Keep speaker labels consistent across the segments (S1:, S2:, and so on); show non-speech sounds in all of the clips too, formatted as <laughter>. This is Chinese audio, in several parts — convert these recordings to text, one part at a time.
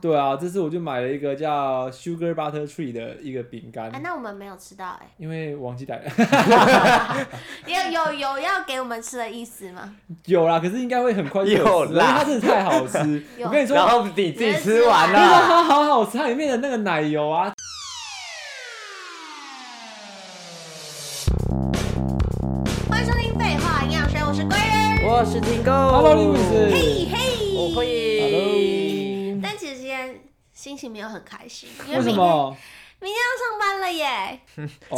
S1: 对啊，这次我就买了一个叫 Sugar Butter Tree 的一个饼
S2: 啊，
S1: 干，
S2: 那我们没有吃到哎、
S1: 因为忘记带 <laughs> 了。 <laughs>
S2: 有有有要给我们吃的意思吗？
S1: 有啦，可是应该会很快就有
S3: <laughs> 有
S1: 吃了，因为
S3: 啦
S1: 它真的太好
S2: <laughs>。
S1: 吃
S2: 有
S1: 我跟你说，
S3: 然后你自己吃完
S1: 因为
S3: 了，
S1: 它好好吃，它里面的那个奶油
S3: <laughs>
S1: 啊。
S2: 欢迎收听《废话营养学》，我是贵人，
S3: 我是听购
S1: Hello，丽子。
S2: 嘿嘿。
S3: 我会。
S1: Hello。
S2: 但其实今天心情没有很开心，因为
S1: 为什
S2: 明天
S1: 么？
S2: 明天要上班了耶！
S1: 哦，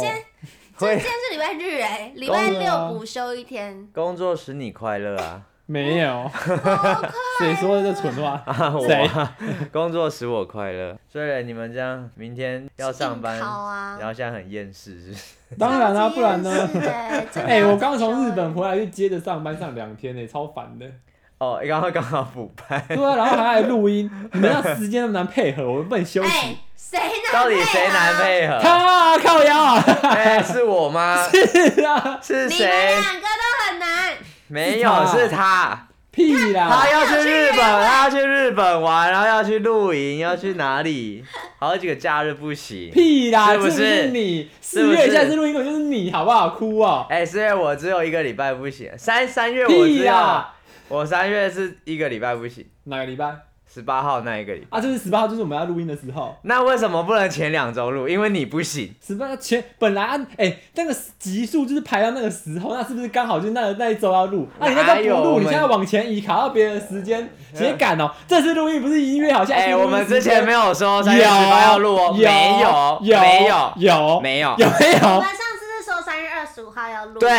S2: 今
S3: 会，
S2: 天是礼拜日哎，礼拜
S1: 当然啊
S2: 六补休一天
S3: 工作使你快乐啊，
S1: 没有，
S2: 好快啊
S1: 谁说的这蠢话？
S3: <laughs> 我
S1: 谁？
S3: 啊工作使我快乐。虽然你们这样明天要上班，
S2: 硬考啊
S3: 然后现在很厌世，是不是
S1: 当然啦、
S2: 超
S1: 啊，
S2: 级
S1: 不然呢？
S2: 厌世哎，真
S1: <laughs>
S2: 的
S1: 哎、
S2: 要
S1: 我刚从
S2: 补休
S1: 日本回来，就接着上班上两天呢、超烦的。
S3: 哦，刚刚刚好补拍，
S1: 对啊，然后还来录音，你们那时间那么难配合，我不能休息。
S2: 哎，谁难
S3: 到底
S2: 配
S3: 谁
S2: 合啊
S3: 难？配合？
S1: 他啊靠腰啊，<laughs>
S3: 哎、是我吗？
S1: 是啊，
S3: 是
S2: 你们
S3: 谁？
S2: 两个都很难，
S3: 没有，
S1: 是他哦
S3: 是他。
S1: 屁啦
S3: 他！要去日本，他要去日本玩，然后要去露营，要去哪里？好几个假日不行。
S1: 屁啦，
S3: 是不是
S1: 是你？四
S3: 是不
S1: 月
S3: 是
S1: 下次录音我就是你，好不好？哭啊！
S3: 哎、四月我只有一个礼拜不行，三三月我
S1: 屁
S3: 只有，
S1: 啦！
S3: 我三月是一个礼拜不行，
S1: 哪个礼拜
S3: 十八号那一个礼拜。
S1: 啊？就是十八号，就是我们要录音的时候。
S3: 那为什么不能前两周录？因为你不行。
S1: 十八前本来按哎、那个集数就是排到那个时候，那是不是刚好就是那那一周要录？啊，你那
S3: 哪
S1: 个
S3: 有
S1: 不录，
S3: 我
S1: 你
S3: 们
S1: 现在往前移，卡到别人的时间节赶哦。这次录音不是一月好像
S3: 哎、我们之前没
S1: 有
S3: 有说
S1: 有
S3: 三月十八要录哦，
S1: 有
S3: 没有，
S1: 有
S3: 没有，
S1: 有
S3: 没有。
S1: 有没
S2: 我
S1: 有
S2: 们？上次是说三月二十五号要录，，
S3: 对，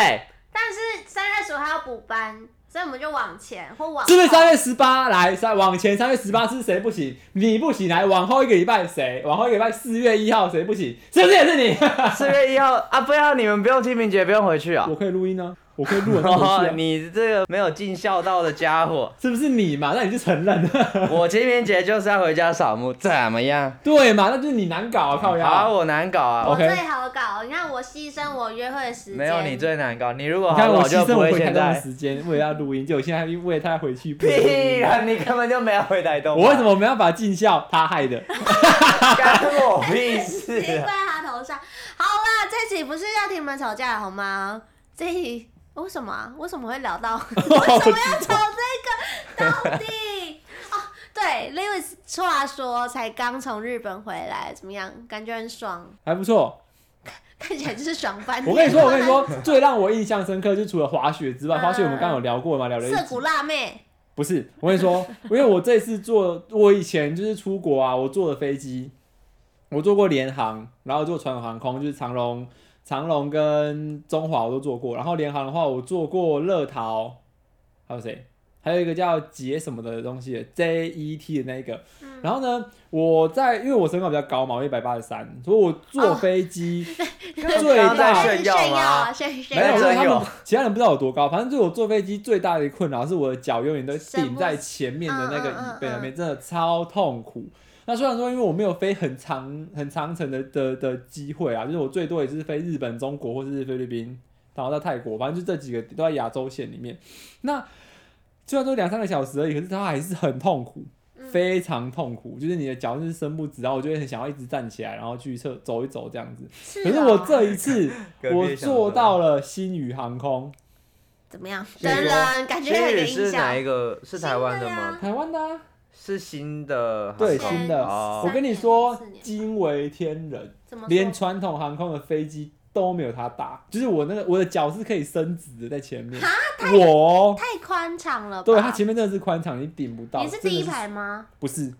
S2: 但是三月二十五号要补班，所以我们就往前或往后
S1: 是不是三月十八来三往前三月十八是谁不行？你不行，来往后一个礼拜谁？往后一个礼拜四月一号谁不行？是不是也是你？ <laughs>
S3: 四月一号啊，不要你们不用清明节，不用回去啊、
S1: 我可以录音呢、我可以录很回去、
S3: 哦
S1: 啊，，
S3: <laughs> 你这个没有尽孝道的家伙！
S1: 是不是你嘛？那你就承认
S3: 我清明节就是要回家扫墓，怎么样？
S1: <laughs> 对嘛？那就是你难搞啊，靠
S3: 好
S1: 腰。
S3: 啊，我难搞啊！
S2: 我
S1: OK
S2: 最好搞，你看我牺牲我约会的时间，
S3: 没有你最难搞，你如果
S1: 你看
S3: 好，
S1: 我
S3: 就
S1: 牺牲
S3: 不
S1: 我
S3: 会
S1: 回台
S3: 现
S1: 东的
S3: 在。
S1: 时间，为了要录音，结果现在因为他回去不能录
S3: 屁
S1: 音。
S3: 啊！你根本就没有回台东。
S1: 我为什么没办法尽孝？他害的。 <laughs>
S3: 干我屁事
S2: 怪
S3: 啊？
S2: 他头上。好啦，这集不是要听你们吵架的好吗？这集为什么啊、为什么会聊到 <laughs> 为什么要吵这个？到底？哦，对，Lewis 话说才刚从日本回来，怎么样？感觉很爽，
S1: 还不错，
S2: 看起来就是爽翻天。
S1: 我跟你说，我跟你，说，最让我印象深刻，就除了滑雪之外，
S2: 嗯
S1: 滑雪我们刚刚有聊过嘛，聊 <laughs> 了一
S2: 涩
S1: 集
S2: 谷。辣妹，
S1: 不是，我跟你说， <laughs> 因为我这次坐，我以前就是出国啊，我坐的飞机，我坐过联航，然后坐传统航空，就是长龙、长龙跟中华我都坐过。然后联航的话，我坐过乐桃，还有谁？还有一个叫杰什么的东西，J E T 的那一个。
S2: 嗯
S1: 然后呢，我在因为我身高比较高嘛，我一百八十三，所以我坐飞机、最
S3: 刚刚在
S1: 大
S3: 炫耀
S2: 炫耀啊，
S3: 吗？
S2: 炫
S1: 没有，
S2: 耀
S1: 因
S3: 真
S1: 为他
S3: 有
S1: 们其他人不知道有多高，反正对我坐飞机最大的困扰是我的脚永远都顶在前面
S2: 嗯
S1: 的那个椅背那边，真的超痛苦。那虽然说，因为我没有飞很长很长程的的的机会啊，就是我最多也就是飞日本、中国或者是菲律宾，然后到泰国，反正就这几个都在亚洲线里面。那虽然说两三个小时而已，可是它还是很痛苦，
S2: 嗯
S1: 非常痛苦，就是你的脚就是伸不直，然后我就会很想要一直站起来，然后去厕走一走这样子。
S2: 是
S1: 可是
S2: 哦
S1: 我这一次。
S3: 隔壁
S1: 我
S3: 想
S1: 做
S3: 说
S1: 到了新宇航空，
S2: 怎么样？
S1: 所以
S2: 真
S1: 说
S2: 人感觉
S3: 新
S2: 很有
S3: 宇
S2: 印
S3: 是哪
S2: 象。
S3: 一个？是台湾的
S2: 新的呀
S3: 吗？
S1: 台湾的、啊，
S3: 是新的航空，
S1: 对
S2: 好
S1: 新的。
S3: 哦
S1: 我跟你说
S2: 三年四，年
S1: 惊为天人，
S2: 怎么
S1: 连
S2: 说？
S1: 传统航空的飞机都没有它大。就是我那个我的脚是可以伸直的在前面，我
S2: 太宽敞了吧？
S1: 对它前面真的是宽敞，你顶不到。
S2: 你是第一
S1: 真的
S2: 排吗？
S1: 不是？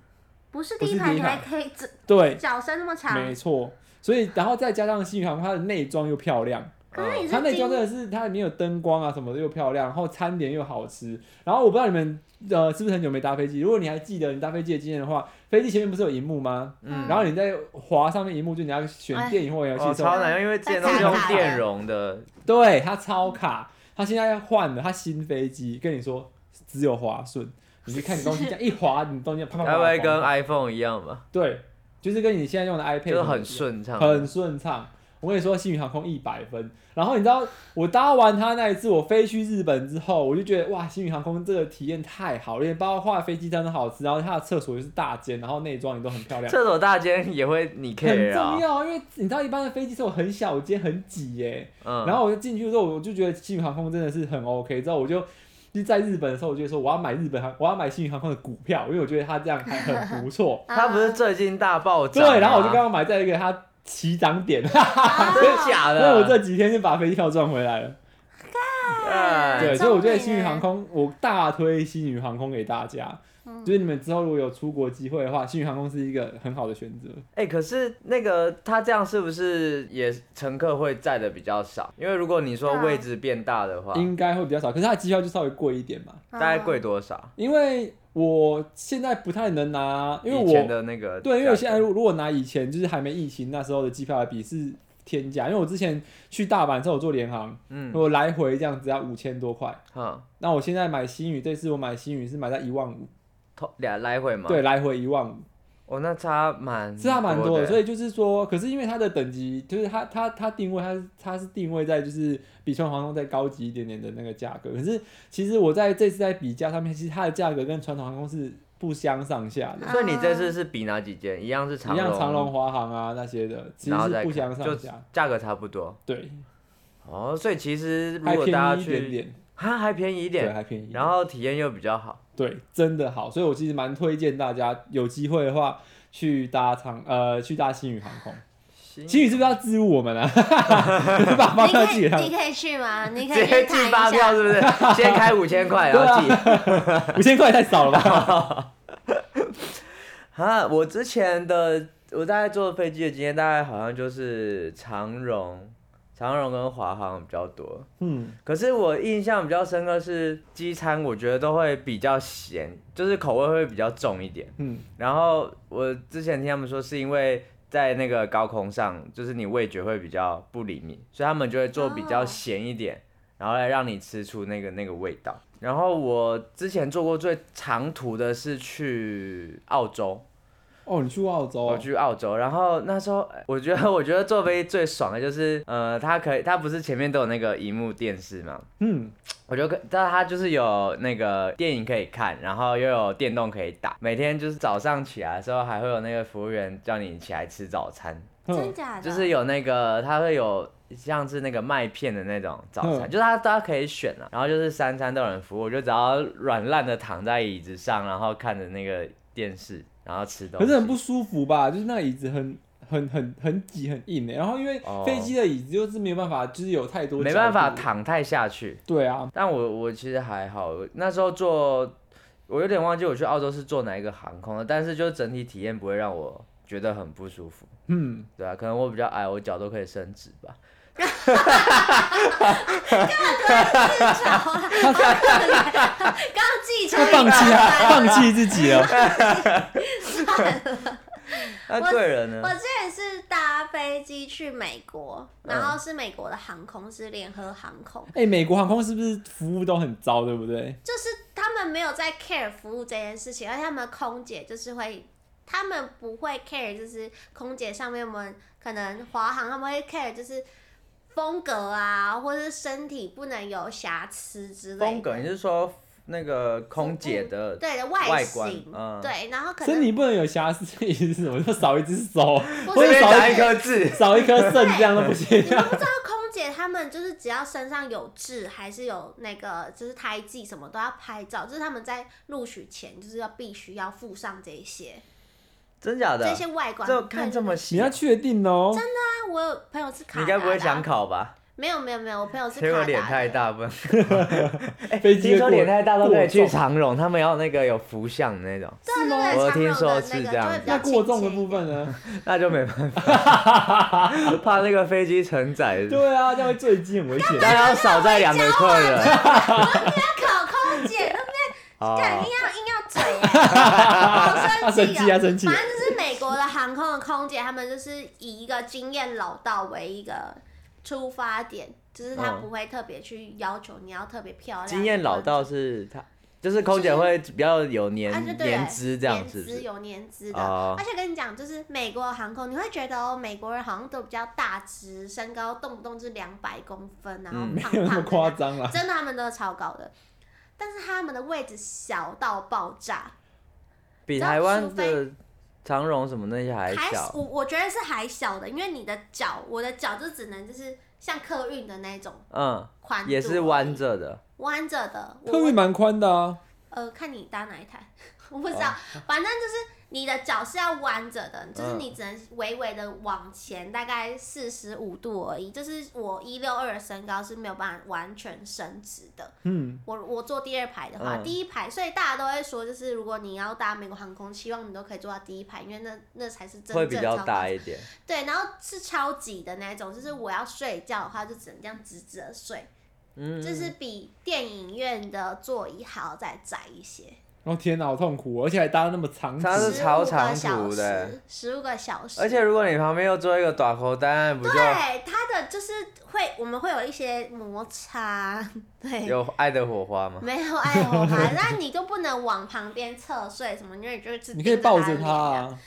S2: 不是
S1: 不
S2: 第
S1: 是
S2: 一排，
S1: 第一
S2: 你还
S1: 排
S2: 可以这
S1: 对，
S2: 脚伸那么长。
S1: 没错。所以然后再加上新宇航空它的内装又漂亮。
S2: 可是你
S1: 它
S2: 是
S1: 内装真
S2: 金，。
S1: 的是它里面有灯光啊什么的又漂亮，然后餐点又好吃。然后我不知道你们呃是不是很久没搭飞机？如果你还记得你搭飞机的经验的话，飞机前面不是有荧幕吗？
S3: 嗯
S1: 然后你在滑上面荧幕，就你要选电影或游戏
S3: 哦，
S1: 的时候，
S3: 超难用，因为之前都是用电容的，
S1: 对它超卡。它现在换了，它新飞机跟你说只有滑顺，你去看你东西这样一滑，你东西啪啪啪
S3: 该不会
S1: 啪
S3: 跟
S1: 啪。
S3: iPhone 一样吧？
S1: 对，就是跟你现在用的 iPad
S3: 就是很
S1: 什么的
S3: 顺畅。
S1: 很顺畅。我跟你说，星宇航空一百分。然后你知道，我搭完它那一次，我飞去日本之后，我就觉得哇，星宇航空这个体验太好了，连包括飞机餐都好吃，然后它的厕所又是大间，然后内装也都很漂亮，
S3: <laughs> 厕所大间也会你
S1: 很
S3: care
S1: 重
S3: 啊，
S1: 要啊。因为你知道，一般的飞机厕所很小间，很挤耶、
S3: 嗯，
S1: 然后我就进去之后，我就觉得星宇航空真的是很 OK。之后我就就在日本的时候，我就说我要买日本航，我要买星宇航空的股票，因为我觉得它这样还很不
S3: <laughs>
S1: 错
S3: 他不是最近大爆
S1: 对
S3: 炸、，
S1: 然后我就刚刚买在一个它起涨点， <laughs>
S2: 啊
S3: 真的假
S1: 所以我这
S3: 的？
S1: 几天就把飞机票赚回来了。
S3: 哎
S1: 对，
S2: 很
S1: 所以我觉得
S2: 聪明
S1: 星宇
S2: 欸
S1: 航空，我大推星宇航空给大家。
S2: 嗯
S1: 就是你们之后如果有出国机会的话，星宇航空是一个很好的选择。
S3: 哎、可是那个他这样是不是也乘客会载的比较少？因为如果你说
S2: 对啊
S3: 位置变大的话，
S1: 应该会比较少，可是它的机票就稍微贵一点嘛。
S3: 大
S2: 嗯
S3: 概贵多少？
S1: 因为我现在不太能拿，因为
S3: 以
S1: 我
S3: 前的那个
S1: 对，因为我现在
S3: 价格
S1: 如如果拿以前就是还没疫情那时候的机票来比是天价，因为我之前去大阪的时候我坐联航，
S3: 嗯
S1: 我来回这样子要五千多块。
S3: 哼，
S1: 那我现在买新宇，这次我买新宇是买在一万五，
S3: 头俩来回嘛，
S1: 对，来回一万五，
S3: 哦，那差蛮欸
S1: 是它蛮多的。所
S3: 以
S1: 以就是说，可是因为它的等级，就是它它它定位，它是它是定位在就是比传统航空再高级一点点的那个价格。可是其实我在这次在比价上面，其实它的价格跟传统航空是不相上下的，
S3: 所以你这
S2: 啊
S3: 次是比哪几间？一样是长
S1: 一样
S3: 隆，
S1: 长龙、华航啊那些的，其实
S3: 然后
S1: 是
S3: 再
S1: 不相
S3: 看就
S1: 上下。
S3: 价格差不多。
S1: 对，
S3: 哦，所以其实如
S1: 还
S3: 果
S1: 便
S3: 大家
S1: 宜一点
S3: 去，
S1: 点，
S3: 哈还便宜一
S1: 对，
S3: 点，
S1: 还便宜一点。
S3: 然后体验又比较好。
S1: 对，真的好，所以我其实蛮推荐大家有机会的话去搭长呃去搭新宇航空。新宇是不是要支付我们啊？ <laughs> 把发
S2: 你
S1: 票
S2: 可
S1: 寄给
S2: 以
S1: 他
S2: 你可以去吗？你
S3: 直
S2: 可以
S3: 接
S2: 去
S3: 寄
S2: 看
S3: 发
S2: 一
S1: <laughs>
S3: 票
S2: 下。
S3: 是不是？先开五千块，
S1: 啊
S3: 然后寄。
S1: 们，五千块也太少了
S3: <laughs>
S1: 吧？
S3: 啊，我之前的我大概坐飞机的经验，大概好像就是长荣、长荣跟华航比较多。
S1: 嗯，
S3: 可是我印象比较深刻是机餐，我觉得都会比较咸，就是口味会比较重一点。
S1: 嗯，
S3: 然后我之前听他们说，是因为在那个高空上，就是你味觉会比较不灵敏，所以他们就会做比较
S2: 哦
S3: 咸一点，然后来让你吃出那个那个味道。然后我之前做过最长途的是去澳洲，
S1: 哦，你去过澳
S3: 我
S1: 洲，
S3: 去澳洲，然后那时候呃我觉得我觉得坐飞机最爽的就是， <laughs> 呃，它可以，它不是前面都有那个荧幕电视嘛，
S1: 嗯，
S3: 我就跟，但它就是有那个电影可以看，然后又有电动可以打，每天就是早上起来的时候还会有那个服务员叫你起来吃早餐，
S2: 真
S1: 哼
S2: 假的？
S3: 就是有那个它会有像是那个麦片的那种早餐，
S1: 嗯
S3: 就是它大家可以选啊，然后就是三餐都有人服务，我就只要软烂的躺在椅子上，然后看着那个电视，然后吃东西，
S1: 可是很不舒服吧？就是那椅子很很很很挤很硬的，欸然后因为
S3: 哦
S1: 飞机的椅子就是没有办法，就是有太多
S3: 没办法
S1: 角度，
S3: 躺太下去。
S1: 对啊，
S3: 但我我其实还好，我那时候坐，我有点忘记我去澳洲是坐哪一个航空了，但是就整体体验不会让我觉得很不舒服，
S1: 嗯，
S3: 对啊，可能我比较矮，我脚都可以伸直吧。
S2: 刚记
S1: <laughs>
S2: 成
S1: 他放弃
S2: <laughs>
S1: 啊，放弃自己了，
S3: 那
S2: 我
S3: 贵人呢
S2: 我？之前是搭飞机去美国，然
S3: 嗯
S2: 后是美国的航空是联合航空，
S1: <laughs> 哎、美国航空是不是服务都很糟，对不对？
S2: 就是他们没有在 care 服务这件事情，而且他们空姐就是会，他们不会 care，就是空姐上面我们可能华航他们会 care 就是风格啊，或者身体不能有瑕疵之类的。
S3: 风格，你是说那个空姐的？
S2: 对的
S3: 外观
S2: 形，
S3: 嗯
S2: 对，然后可
S1: 所以
S2: 能
S1: 你不能有瑕疵，意思是什么？就少一只手，
S2: 不
S1: 我
S3: 这
S1: 也
S2: 是
S3: 边
S1: 少
S2: <laughs>
S3: 打
S1: 一
S3: 一颗痣。
S1: 少一颗肾，这样都不行
S2: 你。们不知道空姐她们就是只要身上有痣，还是有那个就是胎记什么都要拍照，就是他们在录取前就是要必须要附上这一些
S3: 真假的
S2: 这？些外观。
S3: 这啊看
S2: 对
S3: 这么
S2: 对
S1: 你
S3: 细
S1: 要，确定哦，
S2: 对啊，我有朋友是卡达的。
S3: 你该不会想考吧？
S2: 没有没有没有，我朋友是卡
S3: 结
S2: 达
S3: 果
S2: 的。
S3: 脸太大不能。哎
S1: 飞机
S3: 听
S1: 的
S3: 说
S1: 过
S3: 脸太大都可以
S1: 过
S3: 去
S1: 重
S3: 长荣，他们要那个有福相的那种，
S2: 对啊，
S1: 是吗
S2: 对对
S3: 我
S2: 长
S3: 听
S2: 荣
S3: 说
S2: 的
S3: 是
S2: 那个
S3: 这样
S2: 就会比
S1: 那
S2: 较
S1: 过重的
S2: 亲切一
S1: 部
S2: 点。
S1: 分呢？
S3: 那就没办法，怕那个飞机承载。
S1: 对啊，这样会坠机很危险。
S3: 大家要少载两个客人。
S2: 考空姐，
S3: 哦
S2: 干硬要硬要嘴、欸，好
S3: <laughs>
S1: 他生气啊，
S2: 啊！
S1: 生气
S2: 反！正就是美国的航空的空姐，他们就是以一个经验老道为一个出发点，就是他
S3: 嗯
S2: 不会特别去要求你要特别漂亮。
S3: 经验老道是他就是空姐会比较有年
S2: 啊，就对了
S3: 年资这样，
S2: 年
S3: 是不
S2: 资
S3: 是？
S2: 有年资的。
S3: 哦
S2: 而且跟你讲，就是美国航空，你会觉得哦，美国人好像都比较大只，身高动不动就两百公分，然后
S3: 嗯
S1: 没
S2: 胖
S1: 有 <laughs> 那
S2: 胖
S1: 么
S2: 的
S1: 夸张啦。
S2: 真的他们都超高的，但是他们的位置小到爆炸，
S3: 比
S2: 知道
S3: 台
S2: 除
S3: 湾
S2: 非
S3: 的长荣什么那些还小。
S2: 我我觉得是还小的，因为你的脚，我的脚就只能就是像客运的那种
S3: 嗯，
S2: 宽度而已，
S3: 也是弯着的。
S2: 弯着的，我
S1: 特别蛮宽的啊，
S2: 呃，看你搭哪一台，我不知道， <laughs> 反正就是你的脚是要弯着的，就是
S3: 哦嗯
S2: 你只能微微的往前，大概四十五度而已。就是我一六二的身高是没有办法完全伸直的。
S1: 嗯，
S2: 我我坐第二排的话，
S3: 嗯
S2: 第一排，所以大家都会说，就是如果你要搭美国航空，希望你都可以坐到第一排，因为那那才是真
S3: 会
S2: 正
S3: 比较
S2: 超
S3: 大
S2: 高
S3: 一点，
S2: 对，然后是超级的那一种，就是我要睡觉的话，就只能这样直直的睡，
S3: 嗯，
S2: 就是比电影院的座椅还要再窄一些。
S1: 哦天哪，好痛苦，而且还搭那么长
S3: 它
S1: 途
S3: 是超长途的
S2: 十五个小时，
S3: 而且如果你旁边又做一个短口单，不就
S2: 对它的就是会，我们会有一些摩擦，对，
S3: 有爱的火花吗？
S2: 没有爱火花，但你就不能往旁边侧睡什么，因为你就是
S1: 你可以抱着
S2: 盯
S1: 它
S2: 它的脸啊，
S1: 啊，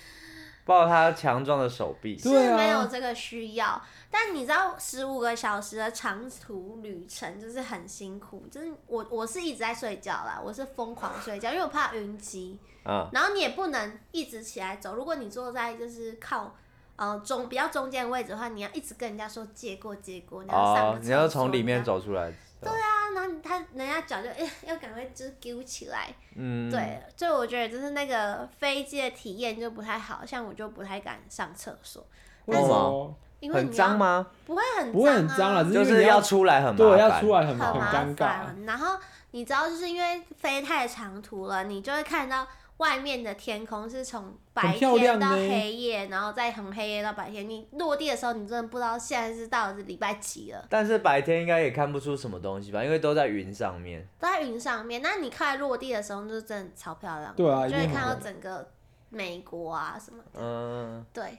S3: 抱他强壮的手臂，
S1: 对
S2: 是没有
S1: 啊，
S2: 这个需要。但你知道，十五个小时的长途旅程就是很辛苦，就是我我是一直在睡觉啦，我是疯狂睡觉，因为我怕晕机。
S3: 嗯，
S2: 然后你也不能一直起来走。如果你坐在就是靠呃中比较中间的位置的话，你要一直跟人家说借过借过，然后上
S3: 哦
S2: 个，
S3: 你要
S2: 厕所
S3: 从里面
S2: 然后
S3: 走出来，对
S2: 啊，然后你他人家脚就、 <laughs> 哎要赶快就是揪起来。
S3: 嗯，
S2: 对，所以我觉得就是那个飞机的体验就不太好，像我就不太敢上厕所，
S1: 为什
S3: 但是
S1: 么？
S2: 因为
S3: 很
S2: 你要
S3: 脏吗？
S2: 不会很
S1: 不会很脏啦，
S2: 啊。
S1: 只因
S3: 就
S1: 为
S3: 是
S1: 你
S3: 要出来很麻
S1: 对
S3: 烦，
S1: 要出来很
S2: 很
S1: 很
S2: 麻
S1: 尴尬。
S2: 烦，然后你知道，就是因为飞太长途了，你就会看到外面的天空是从白
S1: 很漂亮
S2: 天到
S1: 呢
S2: 黑夜，然后再从黑夜到白天。你落地的时候，你真的不知道现在是到底是礼拜几了，
S3: 但是白天应该也看不出什么东西吧，因为都在云上面。
S2: 都在云上面。那你看落地的时候，就是真的超漂亮的，
S1: 对啊
S2: 就会
S1: 一定
S2: 看到
S1: 很
S2: 整个美国啊什么，
S3: 嗯，
S2: 对，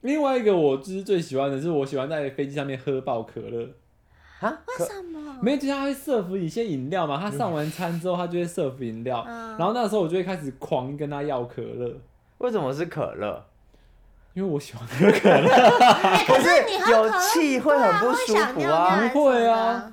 S1: 另外一个我就是最喜欢的是，我喜欢在飞机上面喝爆可乐。
S3: 啊，
S2: 为什么？
S1: 没有，就是他会 serve 一些饮料嘛，
S3: 嗯
S1: 他上完餐之后，他就会 serve 饮料，
S2: 嗯
S1: 然后那时候我就会开始狂跟他要可乐，
S3: 为什么是可乐？
S1: 因为我喜欢喝 <laughs> 可乐，
S2: 哎可是你喝可
S3: 有
S2: 乐
S3: 气会
S2: 对啊
S3: 很不
S2: 会
S3: 舒
S2: 想
S3: 服
S2: 尿
S3: 啊
S2: 尿还是
S1: 不会
S2: 什么的
S1: 啊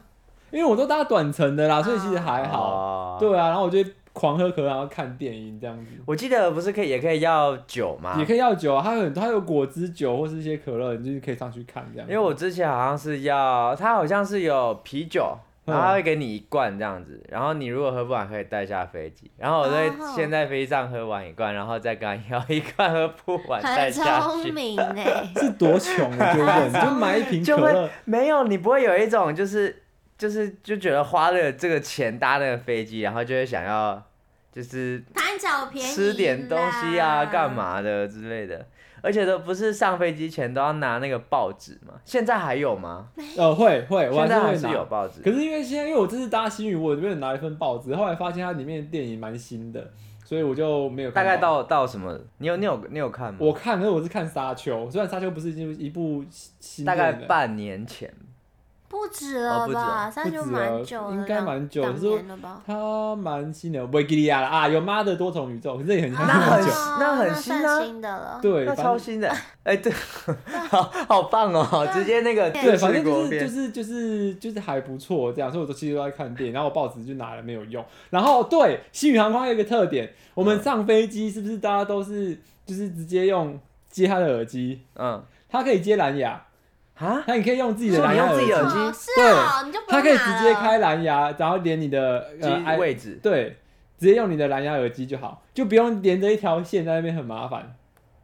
S1: 因为我都搭短程的
S2: 啊
S1: 啦，所以其实还好。
S3: 哦，
S1: 对啊，然后我就会狂喝可乐，然后看电影这样子，
S3: 我记得不是可以也可以要酒吗？
S1: 也可以要酒啊，它有很多，它有果汁酒或是一些可乐，你就是可以上去看这样
S3: 因
S1: 子。
S3: 为我之前好像是要，它好像是有啤酒，
S1: 嗯。
S3: 然后它会给你一罐这样子，然后你如果喝不完可以带下飞机。然后我在
S2: 哦
S3: 先在飞机上喝完一罐，然后再跟他要一罐喝不完带
S2: 很
S3: 下
S2: 聪
S3: 去，
S2: 明哎
S1: 是多穷，我啊
S3: <laughs>
S1: 就问，你就买一瓶
S3: 就
S1: 可
S3: 会
S1: 乐，
S3: 没有你不会有一种就是就是就觉得花了这个钱搭那个飞机，然后就会想要就是
S2: 贪小便宜，
S3: 吃点东西啊，干？嘛的之类的。而且都不是上飞机前都要拿那个报纸吗？现在还有吗？
S1: 呃，会会，我
S3: 现在
S1: 还
S3: 还
S1: 是
S3: 是
S1: 会
S3: 有
S1: 拿。
S3: 报纸。
S1: 可是因为现在，因为我这次搭新宇，我这边拿了一份报纸，后来发现它里面的电影蛮新的，所以我就没有
S3: 大
S1: 看。
S3: 概到到什么？你有你有你有看吗？
S1: 我看，可是我是看《沙丘》，虽然《沙丘》不是已经一部新新
S3: 大概
S1: 电影了
S3: 半年前，
S2: 不止
S3: 哦
S2: 了吧？三就
S1: 不止了
S2: 蛮久了，
S1: 应该蛮久
S2: 两
S1: 只是
S2: 年了吧？
S1: 它蛮新的，《维吉利亚》啊，有《妈的多重宇宙》，可是也很像
S3: 那很
S1: 很久。
S2: 哦
S3: 那很
S2: 那
S3: 新啊
S2: 算新的了。
S1: 对，
S3: 那
S1: 反
S3: 超
S1: 正
S3: 新
S2: 啊
S3: 的。哎，对，好好棒哦，直接那个
S1: 对，
S3: 支
S1: 反
S3: 持
S1: 正就
S3: 国
S1: 是就
S3: 片。
S1: 是就是就是还不错这样，所以我都其实都在看电影，然后我报纸就拿了没有用。然后对，星宇航空还有一个特点，我们
S3: 嗯
S1: 上飞机是不是大家都是就是直接用接他的耳机，
S3: 嗯
S1: 它可以接蓝牙，
S3: 啊，
S1: 那你可以用自己的
S3: 所以
S1: 蓝
S3: 你
S1: 牙
S3: 用
S1: 耳
S3: 自己
S1: 机
S3: 的，耳
S2: 哦
S3: 机
S2: 是哦，你就不
S1: 它
S2: 用
S1: 可以
S2: 拿
S1: 直接
S2: 了
S1: 开蓝牙，然后连你的
S3: 机
S1: 呃 i
S3: 位置
S1: 对，直接用你的蓝牙耳机就好，就不用连着一条线在那边很麻烦。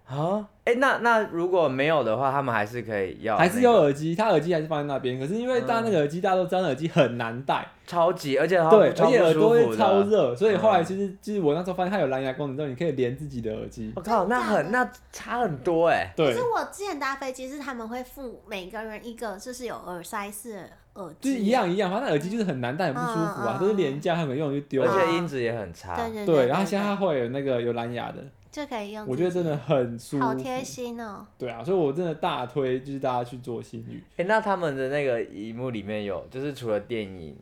S3: 啊，哎，那那如果没有的话，他们还是可以要那
S1: 还
S3: 个，
S1: 是有耳机，它耳机还是放在那边，可是因为大家那个耳机，大家都知道那耳机很难戴，
S3: 超级，而且它
S1: 对，
S3: 超
S1: 而
S3: 哦不
S1: 且耳朵
S3: 舒
S1: 会
S3: 服
S1: 超
S3: 的。哦
S1: 热，所以后来其实就是我那时候发现它有蓝牙功能之后，你可以连自己的耳机
S3: 我，靠，那很那差很多哎。
S2: 可
S1: 对
S2: 是，我之前搭飞机是他们会付每个人一个，就是有耳塞式的耳
S1: 就
S2: 机，
S1: 是一。样一样，反正耳机就是很难戴，很不舒服
S2: 嗯嗯
S1: 啊
S2: 嗯，
S1: 都是廉价，他们用就丢
S3: 而
S1: 了。
S3: 且音质也很差，
S2: 对对
S1: 啊对，
S2: 对，
S1: 然后现在它会有那个有蓝牙的，
S2: 就可以
S3: 嗯
S2: 用自己。
S1: 我觉得真的很舒服
S2: 好。贴心哦。
S1: 对啊，所以我真的大推就是大家去做新语。
S3: 哎、那他们的那个荧幕里面有，就是除了电影，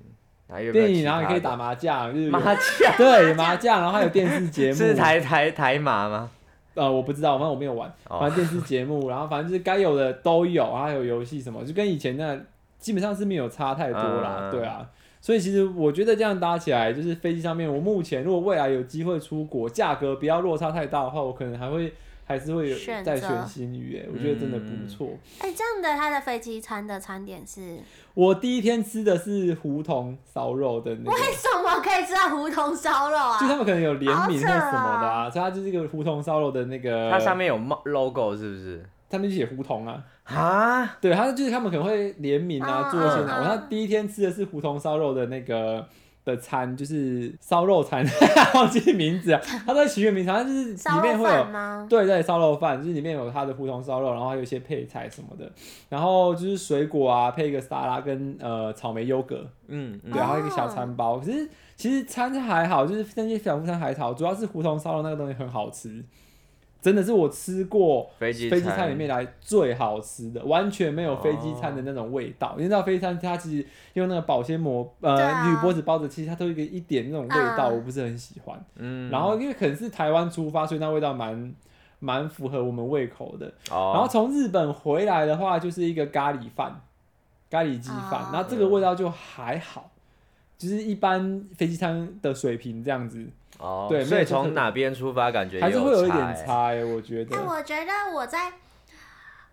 S3: 然后又有没有
S1: 电影，
S3: 其
S1: 然后你
S3: 他
S1: 可以
S3: 的
S1: 打麻将，就是有
S3: 麻将，
S1: 对麻将，然后还有电视 <laughs> 节目，
S3: 是台台台麻吗？
S1: 呃，我不知道，反正我没有玩，
S3: 哦
S1: 反正电视节目，然后反正就是该有的都有，然后还有游戏什么，就跟以前那基本上是没有差太多啦，
S3: 嗯
S1: 对啊。所以其实我觉得这样搭起来，就是飞机上面，我目前如果未来有机会出国，价格不要落差太大的话，我可能还会还是会有
S2: 选
S1: 再
S2: 择
S1: 选新宇，哎，我觉得真的不
S3: 嗯
S1: 错。
S2: 哎、这样的，它的飞机餐的餐点是
S1: 我第一天吃的是胡同烧肉的那个，
S2: 为什么可以吃到胡同烧肉啊
S1: 就？他们可能有联名或
S2: 好扯哦
S1: 什么的啊，所以它就是一个胡同烧肉的那个，
S3: 它上面有 mo- logo 是不是？
S1: 他们就写胡同啊，
S3: 啊，
S1: 对，他就是他们可能会联名啊，
S2: 嗯
S1: 做一些哪。
S2: 嗯
S1: 我那第一天吃的是胡同烧肉的那个的餐，就是烧肉餐， <laughs> 忘记名字啊。它在取个名字，它就是
S2: 烧
S1: 里面
S2: 肉
S1: 会有
S2: 饭吗？
S1: 对对烧肉饭，就是里面有它的胡同烧肉，然后还有一些配菜什么的，然后就是水果啊，配一个沙拉跟呃草莓优格，
S3: 嗯嗯
S1: 对，啊然后一个
S2: 啊
S1: 小餐包。可是其实餐还好，就是那些小副餐还好，主要是胡同烧肉那个东西很好吃，真的是我吃过。
S3: 飞机
S1: 飞机餐里面来最好吃的，完全没有飞机餐的那种味道。你知道飞机餐它其实用那个保鲜膜呃
S2: 对啊
S1: 铝箔纸包着，其实它都有一个一点那种味道，
S2: 嗯
S1: 我不是很喜欢。
S3: 嗯，
S1: 然后因为可能是台湾出发，所以那味道蛮蛮符合我们胃口的。然后
S3: 哦，
S1: 从日本回来的话，就是一个咖喱饭，咖喱鸡饭
S2: 哦，
S1: 那、这个味道就还好。就是一般飞机餐的水平这样子，
S3: 哦，
S1: 对
S3: 所
S1: 没有
S3: 以
S1: 就是
S3: 从哪边出发感觉
S1: 还是会有一点
S3: 差欸。
S1: 差、欸，我觉得
S2: 哎、。我觉得我在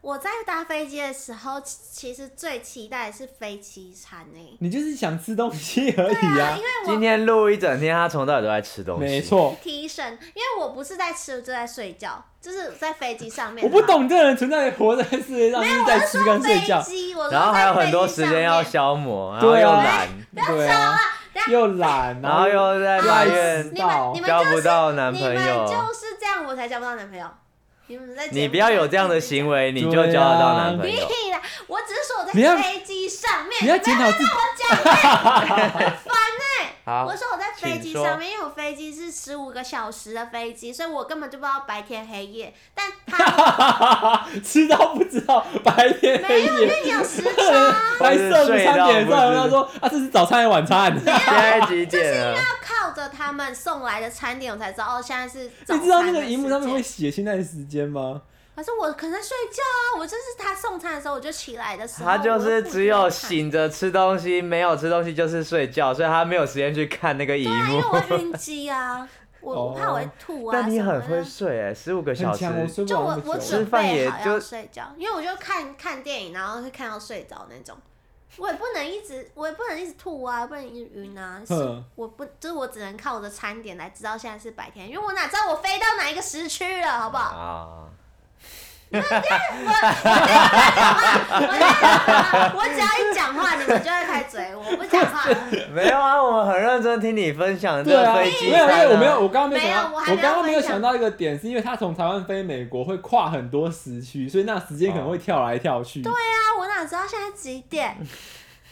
S2: 我在搭飞机的时候，其其实最期待的是飞机餐诶、
S1: 你就是想吃东西而已
S2: 对
S1: 啊
S2: 啊，因，为我
S3: 今天录一整天，他从头到尾都在吃东西。
S1: 没，错。
S2: 提神，因为我不是在吃，我就在睡觉，就是在飞机上面。
S1: 我不懂这个人存在活在世界上，就是在吃跟睡觉
S2: 飞，机，我说
S3: 然后还有很多时间
S2: 在
S3: 要
S2: 飞机上面
S3: 消磨，然后
S1: 对啊
S3: 又懒，
S1: 对啊，又懒，
S3: 然后又在
S2: 啊
S3: 抱
S1: 知
S3: 怨
S2: 你们
S1: 道
S2: 你们
S3: 交
S2: 就是
S3: 不到男
S2: 你
S3: 朋
S2: 们
S3: 友。
S2: 就是这样，我才交不到男朋友。你们在
S3: 你不要有这样的
S2: 行
S3: 行哦为，你就交得到男朋
S2: 为。
S3: 友。
S2: <laughs> 屁啦！我只是说我
S1: 你
S2: 在
S1: 要
S2: 飞机上面，
S1: 你要检讨自己，
S3: 好
S2: 啊我，说我在飞机
S3: 请说
S2: 上面，因为我飞机是十五个小时的飞机，所以我根本就不知道白天黑夜。但他
S1: 吃到不知道白天黑
S2: 没有，因
S1: 夜，
S2: 为你有时差，
S1: 白色午餐点上，
S3: 睡到不知
S1: 他说啊，这是早餐还是晚餐？你
S3: 现在几点了？
S2: 靠着他们送来的餐点，我才知道哦，现在是早餐的时间。
S1: 知道那个荧幕上面会写现在的时间吗？
S2: 可是我可能在睡觉啊，我就是他送餐的时候我就起来的时候，
S3: 他就
S2: 我
S3: 是
S2: 不
S3: 只有
S2: 看
S3: 醒着吃东西，没有吃东西就是睡觉，所以他没有时间去看那个荧
S2: 对啊，因
S3: 幕
S2: 为。我会晕机啊，
S1: <laughs>
S2: 我我怕我会吐 <laughs> 啊。
S1: 哦
S3: 那你很会
S2: 什么
S3: 睡哎，十五个
S1: 很
S3: 小时
S1: 强，我睡不
S2: 的就
S1: 了
S2: 我
S1: 那
S2: 我
S1: 么久
S3: 吃
S2: 准
S3: 饭
S2: 备
S3: 也
S2: 好
S3: 就
S2: 要睡觉，因为我就看看电影，然后会看到睡着那种。我也不能一直，我也不能一直吐啊，不能一直晕啊。是
S1: 嗯
S2: 我不，就是我只能靠我的餐点来知道现在是白天，因为我哪知道我飞到哪一个时区了，好不好？ <laughs>
S3: 啊。
S2: 我没有啊我只要一讲话，你们就会开始嘴我，不讲话了。
S3: 没有啊，我很认真听你分享这
S1: 对
S3: 个
S1: 啊，
S3: 飞机
S1: 没有，因
S3: 餐
S1: 为我没
S3: 啊
S1: 有，我刚刚没有想
S2: 没
S1: 到，
S2: 有我还没
S1: 我
S2: 有
S1: 刚刚没有
S2: 分享
S1: 想到一个点，是因为他从台湾飞美国会跨很多时区，所以那时间可能会跳来跳去，对，
S2: 啊，我哪知道现在几点？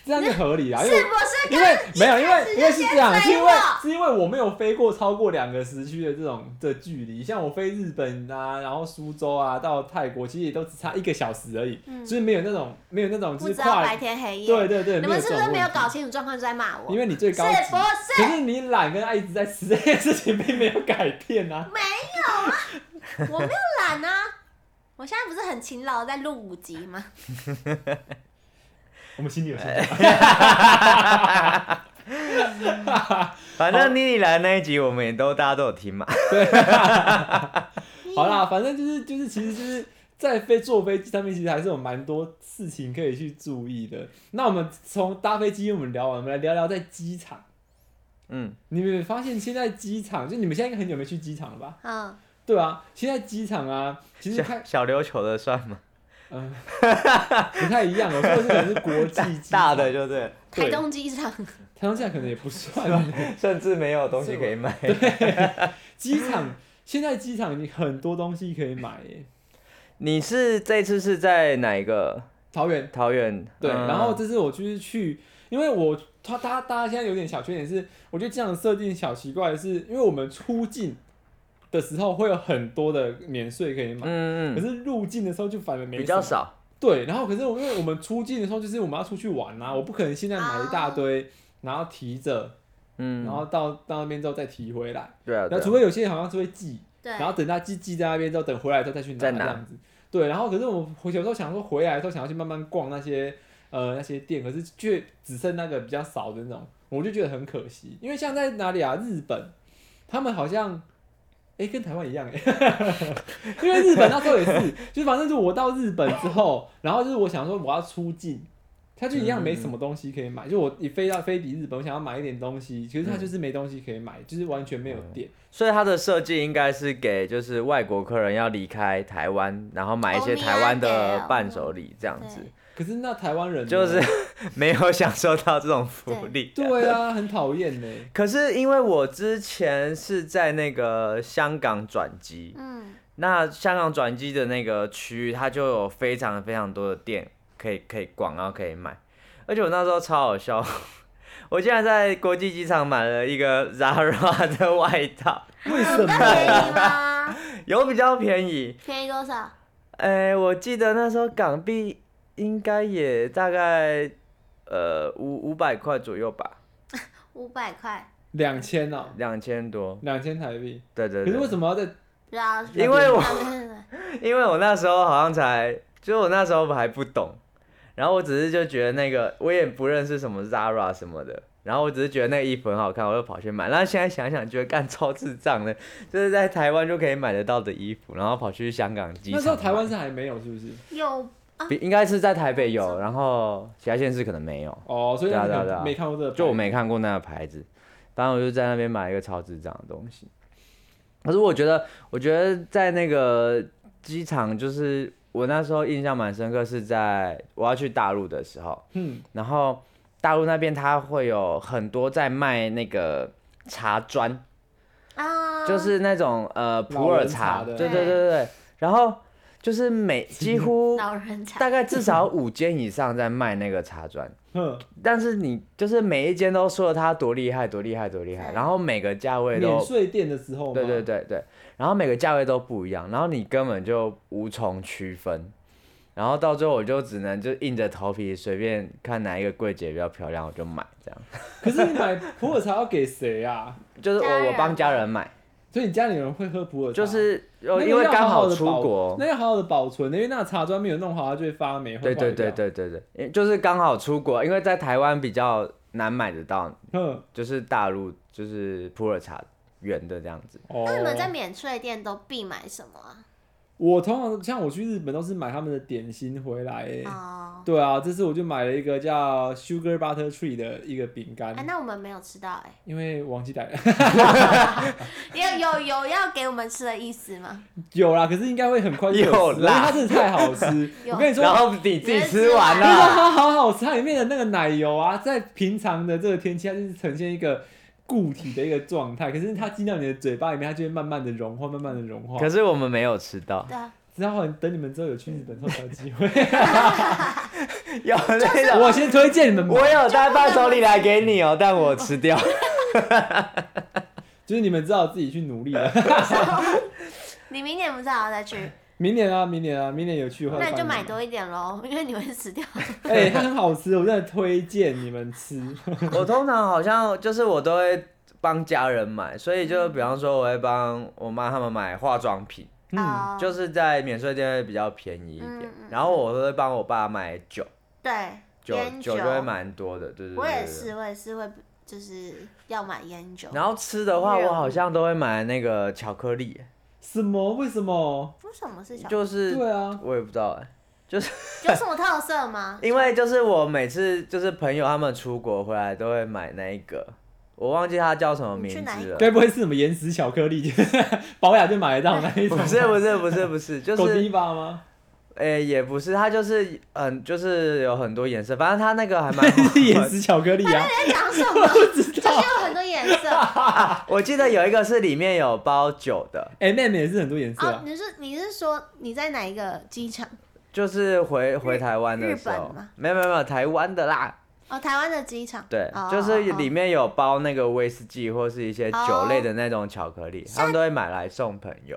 S1: 这样就合理啊，
S2: 是
S1: 因为。
S2: 不是
S1: 因
S2: 跟？
S1: 为没有，因
S2: 开
S1: 为
S2: 始
S1: 因为
S2: 就是先
S1: 这样，是
S2: 追
S1: 因为
S2: 我
S1: 是因为我没有飞过超过两个时区的这种的距离，像我飞日本啊，然后苏州啊，到泰国，其实也都只差一个小时而已，
S2: 嗯
S1: 就是没有那种没有那种就
S2: 不
S1: 是
S2: 知道
S1: 跨
S2: 白，天黑夜。
S1: 对对对，
S2: 你
S1: 有
S2: 们
S1: 这
S2: 是不
S1: 种
S2: 是没有
S1: 问题
S2: 搞清楚状况就在骂我？
S1: 因为你最
S2: 是
S1: 高
S2: 不
S1: 级，可
S2: 是？
S1: 是你懒跟爱一直在吃这件事情并没有改变啊，
S2: 我没有懒啊，我现在不是很勤劳在录五集吗？
S1: <laughs> 我们心里有想法，
S3: 反正妮妮来那一集，我们也都大家都有听嘛。
S1: 好啦，反正就是就是其实就是。在飞坐飞机上面，其实还是有蛮多事情可以去注意的。那我们从搭飞机，我们聊完，我们来聊聊在机场。
S3: 嗯，
S1: 你们有没有发现现在机场，就你们现在应该很久没去机场了吧？
S2: 嗯，
S1: 对啊，现在机场啊，其实
S3: 小
S1: 看，
S3: 小琉球的算吗？
S1: 嗯、不太一样哦，说的这个是国际机
S3: 大
S1: 场
S3: 的，就对，
S1: 对
S2: 台东机场，
S1: 台湾现在可能也不算
S2: <laughs>
S3: 甚至没有东西可以买。
S1: <laughs> 机场。现在机场你很多东西可以买耶，
S3: <laughs> 你是这次是在哪一个
S1: 桃园
S3: 桃园？
S1: 对，
S3: 嗯
S1: 然后这次我就是去，因为我他大家大家现在有点小缺点是，我觉得这样的设定小奇怪的是，因为我们出境的时候会有很多的免税可以买，
S3: 嗯
S1: 可
S3: 嗯，
S1: 是入境的时候就反而没
S3: 比较
S1: 什么
S3: 少。
S1: 对，然后可是我因为我们出境的时候就是我们要出去玩啊，我不可能现在买一大堆然后提着，
S3: 嗯，
S1: 然后到到那边之后再提回来。
S3: 对啊，
S1: 然后
S3: 对啊
S1: 除非有些人好像是会寄，
S2: 对，
S1: 然后等他寄寄在那边之后，等回来之后再去拿
S3: 再
S1: 这
S3: 拿
S1: 样子。对，然后可是我回有时候想说回来的时候想要去慢慢逛那些呃那些店，可是却只剩那个比较少的那种，我就觉得很可惜。因为像在哪里啊，日本，他们好像。哎、跟台湾一样 <laughs> 哎、因为日本那时候也是，就是反正就我到日本之后，然后就是我想说我要出境，他就一样没什么东西可以买，就我一飞到飞抵日本，我想要买一点东西，其实他就是没东西可以买，就是完全没有
S3: 嗯
S1: 店。
S3: 所以它的设计应该是给就是外国客人要离开台湾，然后买一些台湾的伴手礼这样子，
S1: 可是那台湾人呢
S3: 就是 <laughs> 没有享受到这种福利。
S1: 对啊，很讨厌呢。
S3: 可是因为我之前是在那个香港转机，
S2: 嗯，
S3: 那香港转机的那个区域，它就有非常非常多的店可以可以逛，然后可以买。而且我那时候超好笑， <laughs> 我竟然在国际机场买了一个 Zara 的外套，
S1: 为什
S2: 有更便宜
S1: 么？
S2: 吗？
S3: 有比较便宜，
S2: 便宜多少？
S3: 哎、我记得那时候港币应该也大概呃五五百块左右吧，
S2: 五百块，
S1: 两千哦，
S3: 两千多。
S1: 两千台币。
S3: 对对
S1: 可是为
S3: 对，
S1: 什么要在？
S2: 不知道。
S3: 因为我
S2: 我
S3: 因为我那时候好像才，就我那时候还不懂，然后我只是就觉得那个我也不认识什么 Zara 什么的，然后我只是觉得那个衣服很好看，我就跑去买。那现在想想觉得干超智障的，就是在台湾就可以买得到的衣服，然后跑去香港机场
S1: 那
S3: 买。
S1: 时候台湾是还没有，是不是？
S2: 有
S3: 比应该是在台北有，然后其他县市可能没有。
S1: 哦，所以
S3: 对啊
S1: 你
S3: 对啊对
S1: 们
S3: 啊
S1: 没看过这个牌子，
S3: 就我没看过那个牌子，当然我就在那边买一个超智障的东西。可是我觉得，我觉得在那个机场，就是我那时候印象蛮深刻，是在我要去大陆的时候，
S1: 嗯，
S3: 然后大陆那边它会有很多在卖那个茶砖，
S2: 啊，
S3: 就是那种呃普
S1: 老
S3: 洱
S1: 人茶
S3: 茶，
S1: 的哎
S3: 对对对对对，然后就是每几
S2: <laughs>
S3: 乎
S2: 老人茶，
S3: 大概至少五间以上在卖那个茶砖。
S1: 哼，
S3: 但是你就是每一间都说它多厉害，多厉害，多厉害，
S2: 对
S3: 然后每个价位
S1: 免
S3: 都，
S1: 税店的时候吗？
S3: 对对对对，然后每个价位都不一样，然后你根本就无从区分，然后到最后我就只能就硬着头皮随便看哪一个柜姐比较漂亮我就买，这样，
S1: 可是你买普洱茶要给谁啊？
S3: 就是
S2: 家人
S3: 我我帮家人买，
S1: 所以你家里有人会喝普洱茶？
S3: 就是
S1: 那
S3: 呃
S1: 个
S3: 因为
S1: 要
S3: 刚
S1: 好的
S3: 出
S1: 保
S3: 国，
S1: 那要好好的保存，因为那茶砖没有弄好，它就会发霉，会
S3: 对对
S1: 坏掉
S3: 对，对对对，因为就是刚好出国，因为在台湾比较难买得到，
S1: 哼，
S3: 就是大陆就是普洱茶圆的这样子。
S1: 哦
S2: 那你们在免税店都必买什么啊？
S1: 我通常像我去日本都是买他们的点心回来、欸，
S2: 哦，
S1: 对啊，这次我就买了一个叫 Sugar Butter Tree 的一个饼干，
S2: 哎，那我们没有吃到哎，
S1: 因为忘记带 <laughs> 了。
S2: 有有有要给我们吃的意思吗？。
S1: 有啦，可是应该会很快
S3: <laughs>
S1: 就
S3: 有
S1: 吃啊
S3: 啦
S1: 因为它真的太好
S3: <laughs>
S1: 吃
S2: 有
S1: 我跟你说，
S3: 然
S1: 因为
S3: 后你自己吃完了，
S1: 它好好吃，它里面的那个奶油啊，在平常的这个天气，它就是呈现一个固体的一个状态，可是它进到你的嘴巴里面，它就会慢慢的融化，慢慢的融化
S3: 可。是我们没有吃到，
S1: <laughs>
S2: 对啊，
S1: 直到等你们之后有去日本之后才有机会，
S3: <laughs> 有那种，
S1: 我先推荐你们买
S3: 我，有带伴手礼来给你哦，但我吃掉。
S1: 就是你们知道自己去努力了。 <laughs>
S2: 你明年不是还要再去？
S1: 明年啊，明年啊，明年有去的话，
S2: <laughs> 那你就买。多一点喽， <laughs> 因为你会死掉。
S1: 哎、它很好吃，我真的推荐你们吃。
S3: <laughs> 我通常好像就是我都会帮家人买，所以就比方说我会帮我妈他们买化妆品，
S1: 嗯，
S2: 哦
S3: 就是在免税店会比较便宜一点
S2: 嗯嗯，
S3: 然后我会帮我爸买酒，
S2: 对，
S3: 酒
S2: 烟
S3: 酒就会蛮多的，对对对。
S2: 我也
S3: 对
S2: 是，我也是会，就是要买烟酒。
S3: 然后吃的话，我好像都会买那个巧克力，
S1: 什么？为什么？
S2: 为什么是小？有
S3: 就是
S1: 对啊，
S3: 我也不知道哎、
S2: 什么特色吗？
S3: <laughs> 因为就是我每次就是朋友他们出国回来都会买那一个，我忘记它叫什么名
S2: 你去哪一
S3: 字
S2: 个
S3: 了。
S1: 该不会是什么岩石巧克力， <laughs> 保雅就买得到那一种
S3: 不
S1: 吧？
S3: 是不是不是不是，就
S2: <laughs>
S1: 狗
S3: 是
S1: 迪吧
S3: <laughs>
S1: 吗？
S3: 诶、也不是，它就是嗯，就是有很多颜色，反正它那个还蛮好
S2: <laughs>
S1: 是岩
S3: 玩。
S1: 石巧克力啊，
S2: 在讲什么？
S1: 不知
S2: 就是
S1: 道。
S2: 有很多颜色啊、
S3: 我记得有一个是里面有包酒的，
S1: 哎，妹妹也是很多颜色啊。
S2: 哦你是你是说你在哪一个机场？
S3: 就是回回台湾
S2: 日
S3: 的时
S2: 本
S3: 候
S2: 吗，
S3: 没有没有没有台湾的啦，
S2: 哦，台湾的机场。
S3: 对
S2: 哦，
S3: 就是
S2: 哦
S3: 里面有包那个威士忌或是一些
S2: 哦
S3: 酒类的那种巧克力，他们都会买来送朋友。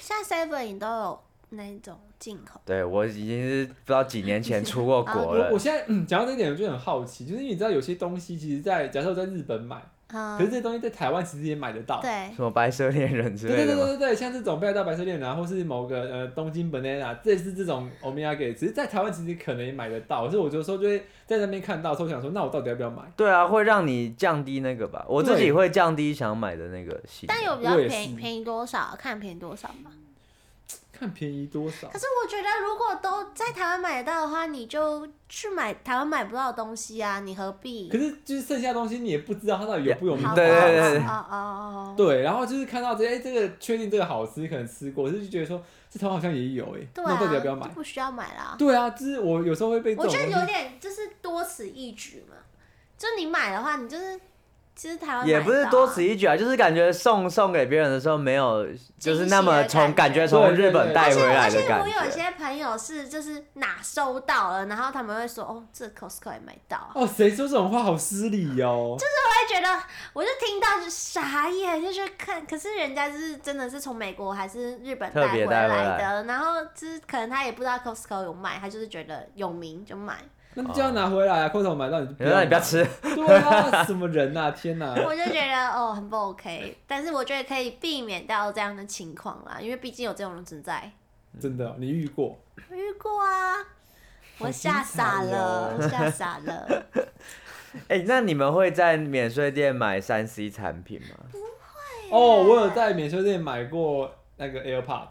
S2: 现在 Seven 都有那一种进口？
S3: 对我已经是不知道几年前出过
S2: <laughs>
S3: 国
S1: 我
S2: 哦
S3: 了
S1: 我，现在嗯讲到这一点，我就很好奇，就是因为你知道有些东西，其实在假设我在日本买，
S2: 啊、
S1: 可是这些东西在台湾其实也买得到。
S2: 对
S3: 什么白色恋人之
S1: 对对
S3: 类
S1: 对
S3: 的
S1: 对
S3: 吗？
S1: 对对，像这种北海道白色恋人啊，或是某个呃东京 banana，这是这种 omega 只是在台湾其实可能也买得到，所以我就说就会在那边看到，所以我想说，那我到底要不要买？
S3: 对啊，会让你降低那个吧，我自己
S1: 对
S3: 会降低想买的那个习惯。
S2: 但有比较
S1: 我也
S2: 便宜
S1: 是
S2: 便宜多少？看便宜多少吧。
S1: 看便宜多少
S2: 可？是我觉得，如果都在台湾买得到的话，你就去买台湾买不到的东西啊，你何必
S1: 可？是就是剩下的东西你也不知道它到底有不有名
S2: 好
S1: 吧，
S2: 吧
S3: 对对对对
S2: 哦哦哦，
S1: 对，然后就是看到这，哎、这个确定这个好吃，可能吃过，就是觉得说这台湾好像也有、哎、
S2: 对
S1: 那
S2: 啊，
S1: 我到底要不要买
S2: 就？不需要买啦。
S1: 对啊，就是我有时候会被这
S2: 我
S1: 种
S2: 觉得
S1: 东西，
S2: 有点就是多此一举嘛，就你买的话，你就是其实台湾
S3: 也
S2: 买
S3: 不
S2: 得
S3: 是
S2: 到
S3: 多
S2: 啊
S3: 此一举啊，就是感觉送送给别人的时候没有，就是那么
S2: 惊喜的
S3: 从
S2: 感
S3: 感
S2: 觉
S3: 觉从
S1: 对对
S3: 日本
S1: 对
S3: 带
S2: 而且
S3: 回来
S2: 而
S3: 的
S2: 且
S3: 感
S2: 我有
S3: 觉。
S2: 些朋友是就是哪收到了，然后他们会说哦，这 Costco 也买到、啊，
S1: 哦，谁说这种话好失礼哦？
S2: 我会觉得我就听到就傻眼，就是看，可是人家就是真的是从美国还是日本带
S3: 特别
S2: 回
S3: 带回
S2: 来
S3: 来
S2: 的，然后就是可能他也不知道 Costco 有卖，他就是觉得有名就
S3: <laughs>
S2: 买，
S1: 那就要拿回来啊，扣头买到你就
S3: 那你不要
S1: 买
S3: 吃，
S1: 对啊，什么人呐、啊？天呐、
S2: 我就觉得哦很不 OK，但是我觉得可以避免掉这样的情况啦，因为毕竟有这种人存在，
S1: 真的哦、你遇过？
S2: 我遇过啊，我
S1: 好精
S2: 吓傻
S1: 彩
S2: 了
S3: <laughs> 啊
S1: 哦，
S2: 我吓傻了。
S3: 哎、那你们会在免税店买三 C 产品吗？
S2: 啊
S1: 哦，我有在免税店买过那个 AirPod，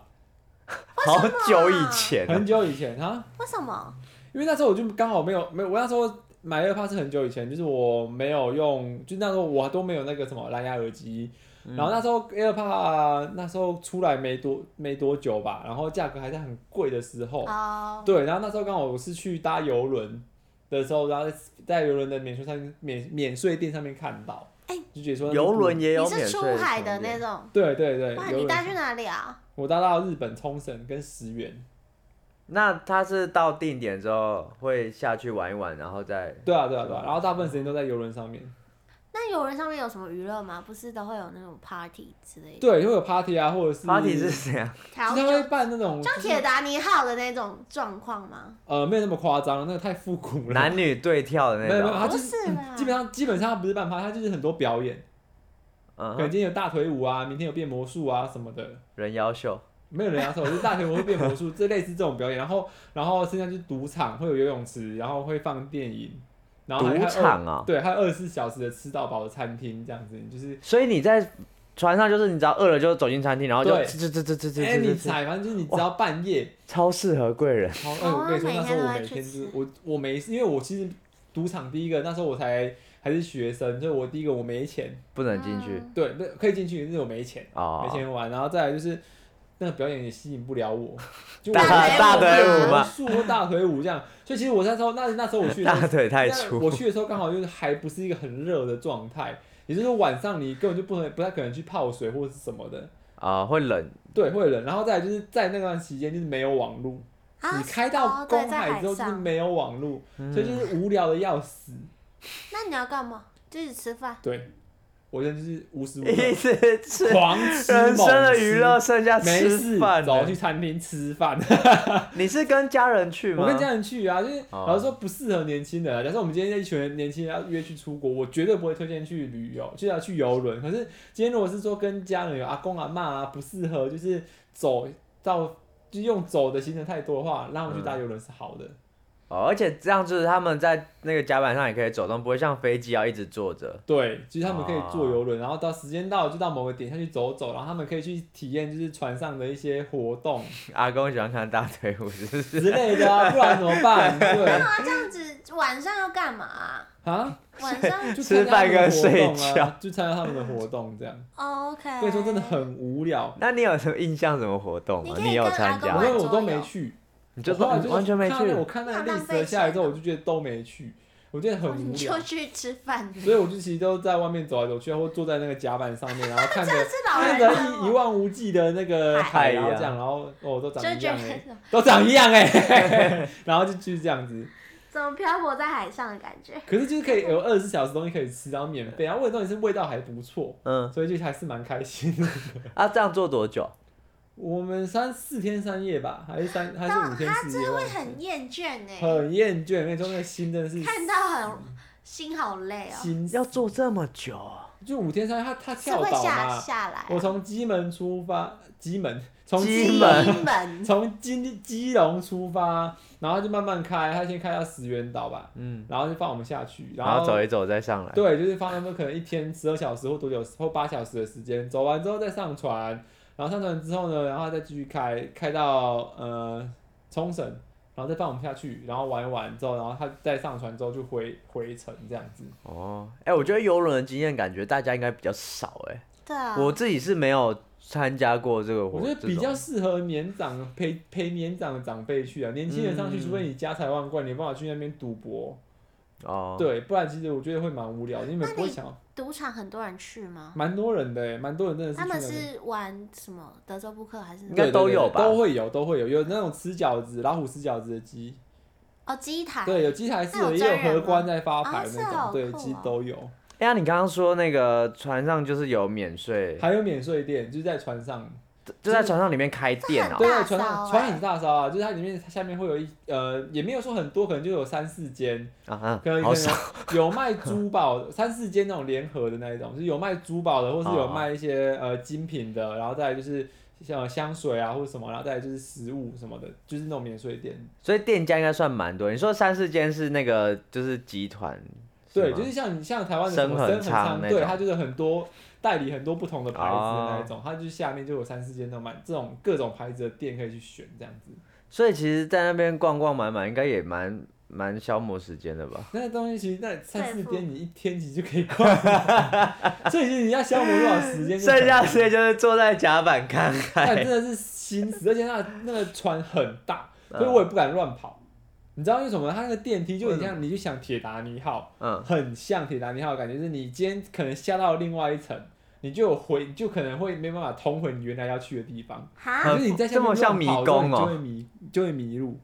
S3: 好久以前、啊
S1: 很，久以前啊，
S2: 为什么？
S1: 因为那时候我就刚好没有没有，我那时候买 AirPod 是很久以前，就是我没有用，就那时候我都没有那个什么蓝牙耳机。
S3: 嗯
S1: 然后那时候 AirPod 那时候出来没多没多久吧，然后价格还在很贵的时候，
S2: 哦，
S1: 对，然后那时候刚好我是去搭游轮的时候，然后在在游轮的免税上免免税店上面看到，
S2: 哎
S1: 就觉得说
S3: 游轮也有
S2: 你
S3: 免
S2: 是
S3: 税
S2: 出海的
S3: 商店
S2: 那种？
S1: 对对对，
S2: 哇，
S1: 游
S2: 你
S1: 轮
S2: 带去哪里啊？
S1: 我搭到日本冲绳跟石原，
S3: 那他是到定点之后会下去玩一玩，然后再
S1: 对啊对啊对啊，然后大部分时间都在游轮上面，
S2: 嗯那游轮上面有什么娱乐吗？不是都会有那种 party 之类的？
S1: 对，会有 party 啊，或者是
S3: party 是
S1: 就是
S3: 怎样？
S2: 调
S1: 他会
S2: 酒，
S1: 办那种
S2: 像
S1: 就是
S2: 铁达尼号的那种状况吗？
S1: 呃没有那么夸张，那个太复古了，
S3: 男女对跳的
S1: <laughs> 没有
S3: 那
S1: 没有，
S3: 种？
S1: 他
S2: 不
S1: 就是
S2: 啦，
S1: 基本上基本上他不是办 party，他就是很多表演，
S3: 嗯
S1: 可能
S3: 哼，
S1: 今天有大腿舞啊，明天有变魔术啊什么的，
S3: 人妖秀，
S1: 没有人要说，就是大学我会变魔术， <laughs> 这类似这种表演。然后，然后剩下就是赌场，会有游泳池，然后会放电影，然后还
S3: 赌场啊、
S1: 还有对，还有二十四小时的吃到饱的餐厅，这样子，你就是
S3: 所以你在船上就是你只要饿了就走进餐厅，然后就
S1: 对
S3: 吃吃吃吃吃吃
S1: 哎，你
S3: 吃吃，
S1: 踩，反正就是你只要半夜，
S3: 超适合贵人。
S1: 然后哎，我跟你说，
S2: 哦
S1: 那时候我
S2: 每天都要
S1: 每天就
S2: 去
S1: 是
S2: 吃
S1: 我我没事，因为我其实赌场第一个那时候我才还是学生，所以我第一个我没钱，
S3: 不能进去
S2: 嗯
S1: 对，不可以进去，但是我没钱，啊
S3: 哦
S1: 没，钱玩。然后再来就是那个表演也吸引不了
S3: <laughs>
S1: 我，就我
S3: 大
S2: 大腿舞
S1: 魔
S3: 嘛
S1: 术或大腿舞这样。所以其实我那时候那那时候我去的时候
S3: 大腿太
S1: 那我
S3: 粗，
S1: 去的时候刚好就是还不是一个很热的状态，也就是说晚上你根本就不能不太可能去泡水或是什么的，
S3: 啊，会冷。
S1: 对，会冷。然后再来就是在那段时间就是没有网路，
S2: 啊，
S1: 你开
S2: 哦
S1: 到
S2: 对
S1: 公
S2: 在
S1: 海
S2: 海
S1: 之后就是
S2: 上，
S1: 没有网路，
S3: 嗯
S1: 所以就是无聊的要死。
S2: 那你要干嘛？就是吃饭。
S1: 对，我真的就是无时无
S3: 一
S1: 刻
S3: 直吃，
S1: 狂吃
S3: 人生的
S1: 猛
S3: 娱
S1: 吃
S3: 乐剩下
S1: 没
S3: 吃
S1: 事
S3: 饭
S1: 走
S3: 了。
S1: 去餐厅吃
S3: <laughs>
S1: 饭。
S3: 你是跟家人去吗？
S1: 我跟家人去啊，就是
S3: 哦
S1: 老实说不适合年轻人、啊。假设我们今天一群人年轻人要约去出国，我绝对不会推荐去旅游，就要去游轮。可是今天如果是说跟家人有阿公阿妈啊，不适合就是走到就用走的行程太多的话，让我们去
S3: 嗯
S1: 搭游轮是好的。
S3: 哦，而且这样就是他们在那个甲板上也可以走动，不会像飞机要一直坐着。 <laughs>
S1: 对，就是他们可以坐
S3: 啊
S1: 游轮，然后到时间到了就到某个点下去走走，然后他们可以去体验就是船上的一些活动
S3: 阿公喜欢看大腿舞，是不是？
S1: 之类的啊，不然怎么办？
S3: <laughs>
S1: 对
S2: 那啊这样子晚上要干嘛啊？
S1: 啊，
S2: 晚
S1: <laughs>
S2: 上
S1: 就参加他们的活
S3: 吃饭跟
S1: 动
S3: 睡
S1: 啊
S3: 觉
S1: 就参加他们的活动这样。
S2: 哦 OK。
S1: 所以说真的很无
S3: <laughs>
S1: 聊，
S3: 那你有什么印象什么活动吗？
S2: 你可以
S3: 你有参
S2: 跟
S1: 我
S2: 阿公？
S3: 加
S1: 因
S2: 玩
S1: 为我都没去，
S3: 你就
S1: 我后来
S3: 说嗯
S1: 是
S3: 完全没去
S1: 看到那我看那个
S2: 那浪
S1: list
S2: 费
S1: 的下来之后，
S2: 钱
S1: 我就觉得都没去，我觉得很
S2: 哦
S1: 无
S2: 你
S1: 聊
S2: 就，去吃饭。
S1: 所以我就其实都在外面走来走去啊，或坐在那个甲板上面，然后看着
S2: 是老
S1: 看
S2: 人哦
S1: 着
S2: 生
S1: 一一
S2: 活，
S1: 望无际的那个海，
S3: 海
S1: 然后
S3: 呀
S1: 这样，然后哦都长
S2: 就
S1: 一
S2: 觉
S1: 样哎、
S2: 得
S1: 都长一样哎、
S3: <laughs>
S1: 然后就就是这样子。
S2: 怎么漂泊在海上的感觉。
S1: 可是就是可以有二十四小时东西可以吃，然后免费，然后味道也是味道还不错，
S3: 嗯，
S1: 所以就还是蛮开心的。
S3: 啊，这样做多久？
S1: 我们三四天三夜吧，还是三还是五天
S2: 哦他
S1: 四
S2: 真
S1: 夜
S2: 的
S1: 忘
S2: 会
S1: 记了，
S2: 很厌倦哎、
S1: 很厌倦，那时候那个心真的是
S2: 看到很心好累哦、
S1: 心，
S3: 要做这么久啊，
S1: 就五天三夜，他他
S2: 是
S1: 跳
S2: 会
S1: 岛
S2: 下
S1: 嘛，
S2: 下来啊、
S1: 我从金门出发，金门从
S3: 金
S1: 金
S3: 门
S2: 金门
S1: 从金基隆出发，然后就慢慢开，他先开到石原岛吧，
S3: 嗯，
S1: 然后就放我们下去，
S3: 然后
S1: 后
S3: 走一走再上来，
S1: 对，就是放他们可能一天十二小时或多久或八小时的时间，走完之后再上船，然后上船之后呢，然后再继续开开到呃冲绳，然后再放我们下去，然后玩一玩之后，然后他再上船之后就回回程这样子。
S3: 哦，哎、我觉得游轮的经验感觉大家应该比较少哎、
S2: 对啊，
S3: 我自己是没有参加过这个活，
S1: 我觉得比
S3: 这种
S1: 较适合年长陪陪年长的长辈去啊，年轻人上去，
S3: 嗯
S1: 除非你家财万贯，你有办法去那边赌博，
S3: 哦，，
S1: 对，不然其实我觉得会蛮无聊，因为你们
S2: 那
S1: 不会
S2: 你
S1: 想，
S2: 赌场很多人去吗？
S1: 蛮多人的欸，蛮多人真的是
S2: 他
S1: 去那
S2: 们
S1: 边。
S2: 是玩什么德州扑克还是
S3: 应该都有吧
S1: 对对对都会有，都会有，有那种吃饺子、老虎吃饺子的鸡，
S2: 哦机
S3: 啊
S2: 台？
S1: 对，有鸡台式
S2: 那有
S1: 的，也
S2: 真
S1: 有
S2: 人
S1: 荷
S2: 吗
S1: 官在发
S2: 啊
S1: 牌
S2: 是
S1: 那种，
S2: 好
S1: 对，
S2: 酷
S1: 其实
S2: 哦
S1: 都有，
S3: 哎、呀，你刚刚说那个船上就是有免税，
S1: 还有免税店，就是在船上，
S3: 就在船上里面开店哦、
S1: 对，
S2: 大
S1: 船上
S2: 烧
S1: 船
S2: 欸
S1: 很大烧啊，就是它里面它下面会有一呃，也没有说很多，可能就有三四间，
S3: 啊
S1: 可
S3: 嗯，
S1: 能
S3: 好
S1: 可
S3: 少，
S1: 能有卖珠宝， <laughs> 三四间那种联合的那一种，就是有卖珠宝的，或是有
S3: 哦
S1: 卖一
S3: <laughs>
S1: 些呃精品的，然后再来就是像香水啊或者什么，然后再来就是食物什么的，就是那种免税店，
S3: 所以店家应该算蛮多。你说三四间是那个就是集团，
S1: 对，
S3: 吗
S1: 就是像你像台湾的什么深
S3: 深恒
S1: 恒
S3: 昌
S1: 昌，
S3: 那
S1: 对，
S3: 种
S1: 它就是很多代理很多不同的牌子的那
S3: 哦
S1: 一种，它就是下面就有三四间那种买这种各种牌子的店可以去选这样子。
S3: 所以其实，在那边逛逛买买，应该也蛮蛮消磨时间的吧？
S1: 那个东西其实那三四
S2: 对
S1: 间你一天其实就可以
S3: <laughs>
S1: 逛完，所以其实你要消磨多少时间就很
S3: 剩下
S1: 难，
S3: 的时间就是坐在甲板看
S1: 但
S3: 海
S1: 真，的是心死，而且那那个船很大，
S3: 嗯
S1: 所以我也不敢乱跑。你知道为什么？它那个电梯就很
S3: 为
S1: 像，你就想铁达尼号，
S3: 嗯，
S1: 很像铁达尼号的感觉，就是你今天可能下到另外一层，你就有回，你就可能会没办法通回你原来要去的地方。
S2: 哈
S3: 嗯
S1: 可是你在下
S3: 这么
S1: 面
S3: 像迷
S1: 乱跑的时候
S3: 宫
S1: 你就
S3: 哦
S1: 会迷，就会迷路。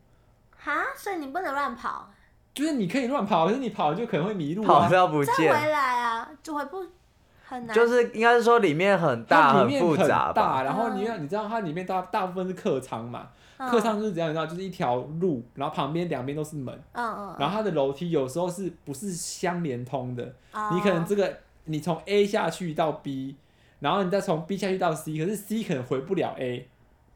S2: 哈，所以你不能乱跑，
S1: 就是你可以乱跑，可是你跑就可能会迷路
S3: 跑
S1: 啊。
S3: 到不
S2: 再
S3: 见，
S2: 回来啊，就回不很难。
S3: 就是应该是说里面很大
S1: 它里面
S3: 复
S1: 很
S3: 杂吧？
S1: 大，然后你要
S2: 嗯
S1: 你知道它里面大大部分是客舱嘛，
S2: 嗯
S1: 客舱就是怎样，你知道，就是一条路，然后旁边两边都是门，
S2: 嗯嗯
S1: 然后它的楼梯有时候是不是相连通的，
S2: 嗯，
S1: 你可能
S2: 哦
S1: 这个你从 A 下去到 B，然后你再从 B 下去到 C，可是 C 可能回不了 A，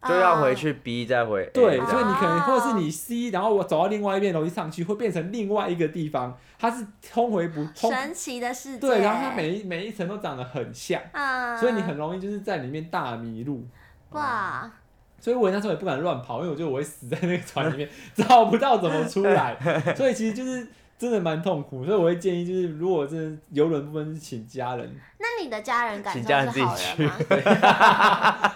S3: 就要回。去 B 再回 A
S1: 对，
S3: 这
S1: 所以
S3: 样
S1: 你可能
S2: 哦
S1: 或者是你 C，然后我走到另外一边楼梯上去，会变成另外一个地方，它是通回不通，
S2: 神奇的世界，
S1: 对，然后它每一每一层都长得很像，
S2: 嗯，
S1: 所以你很容易就是在里面大迷路。
S2: 哇，
S1: 所以我那时候也不敢乱跑，因为我觉得我会死在那个船里面，找不到怎么出来，所以其实就是真的蛮痛苦。所以我会建议，就是如果真的游轮部分是请家人
S2: 那你的家人感
S3: 请
S2: 受
S3: 家人自
S2: 是
S3: 己
S2: 好
S3: 去
S2: 的吗？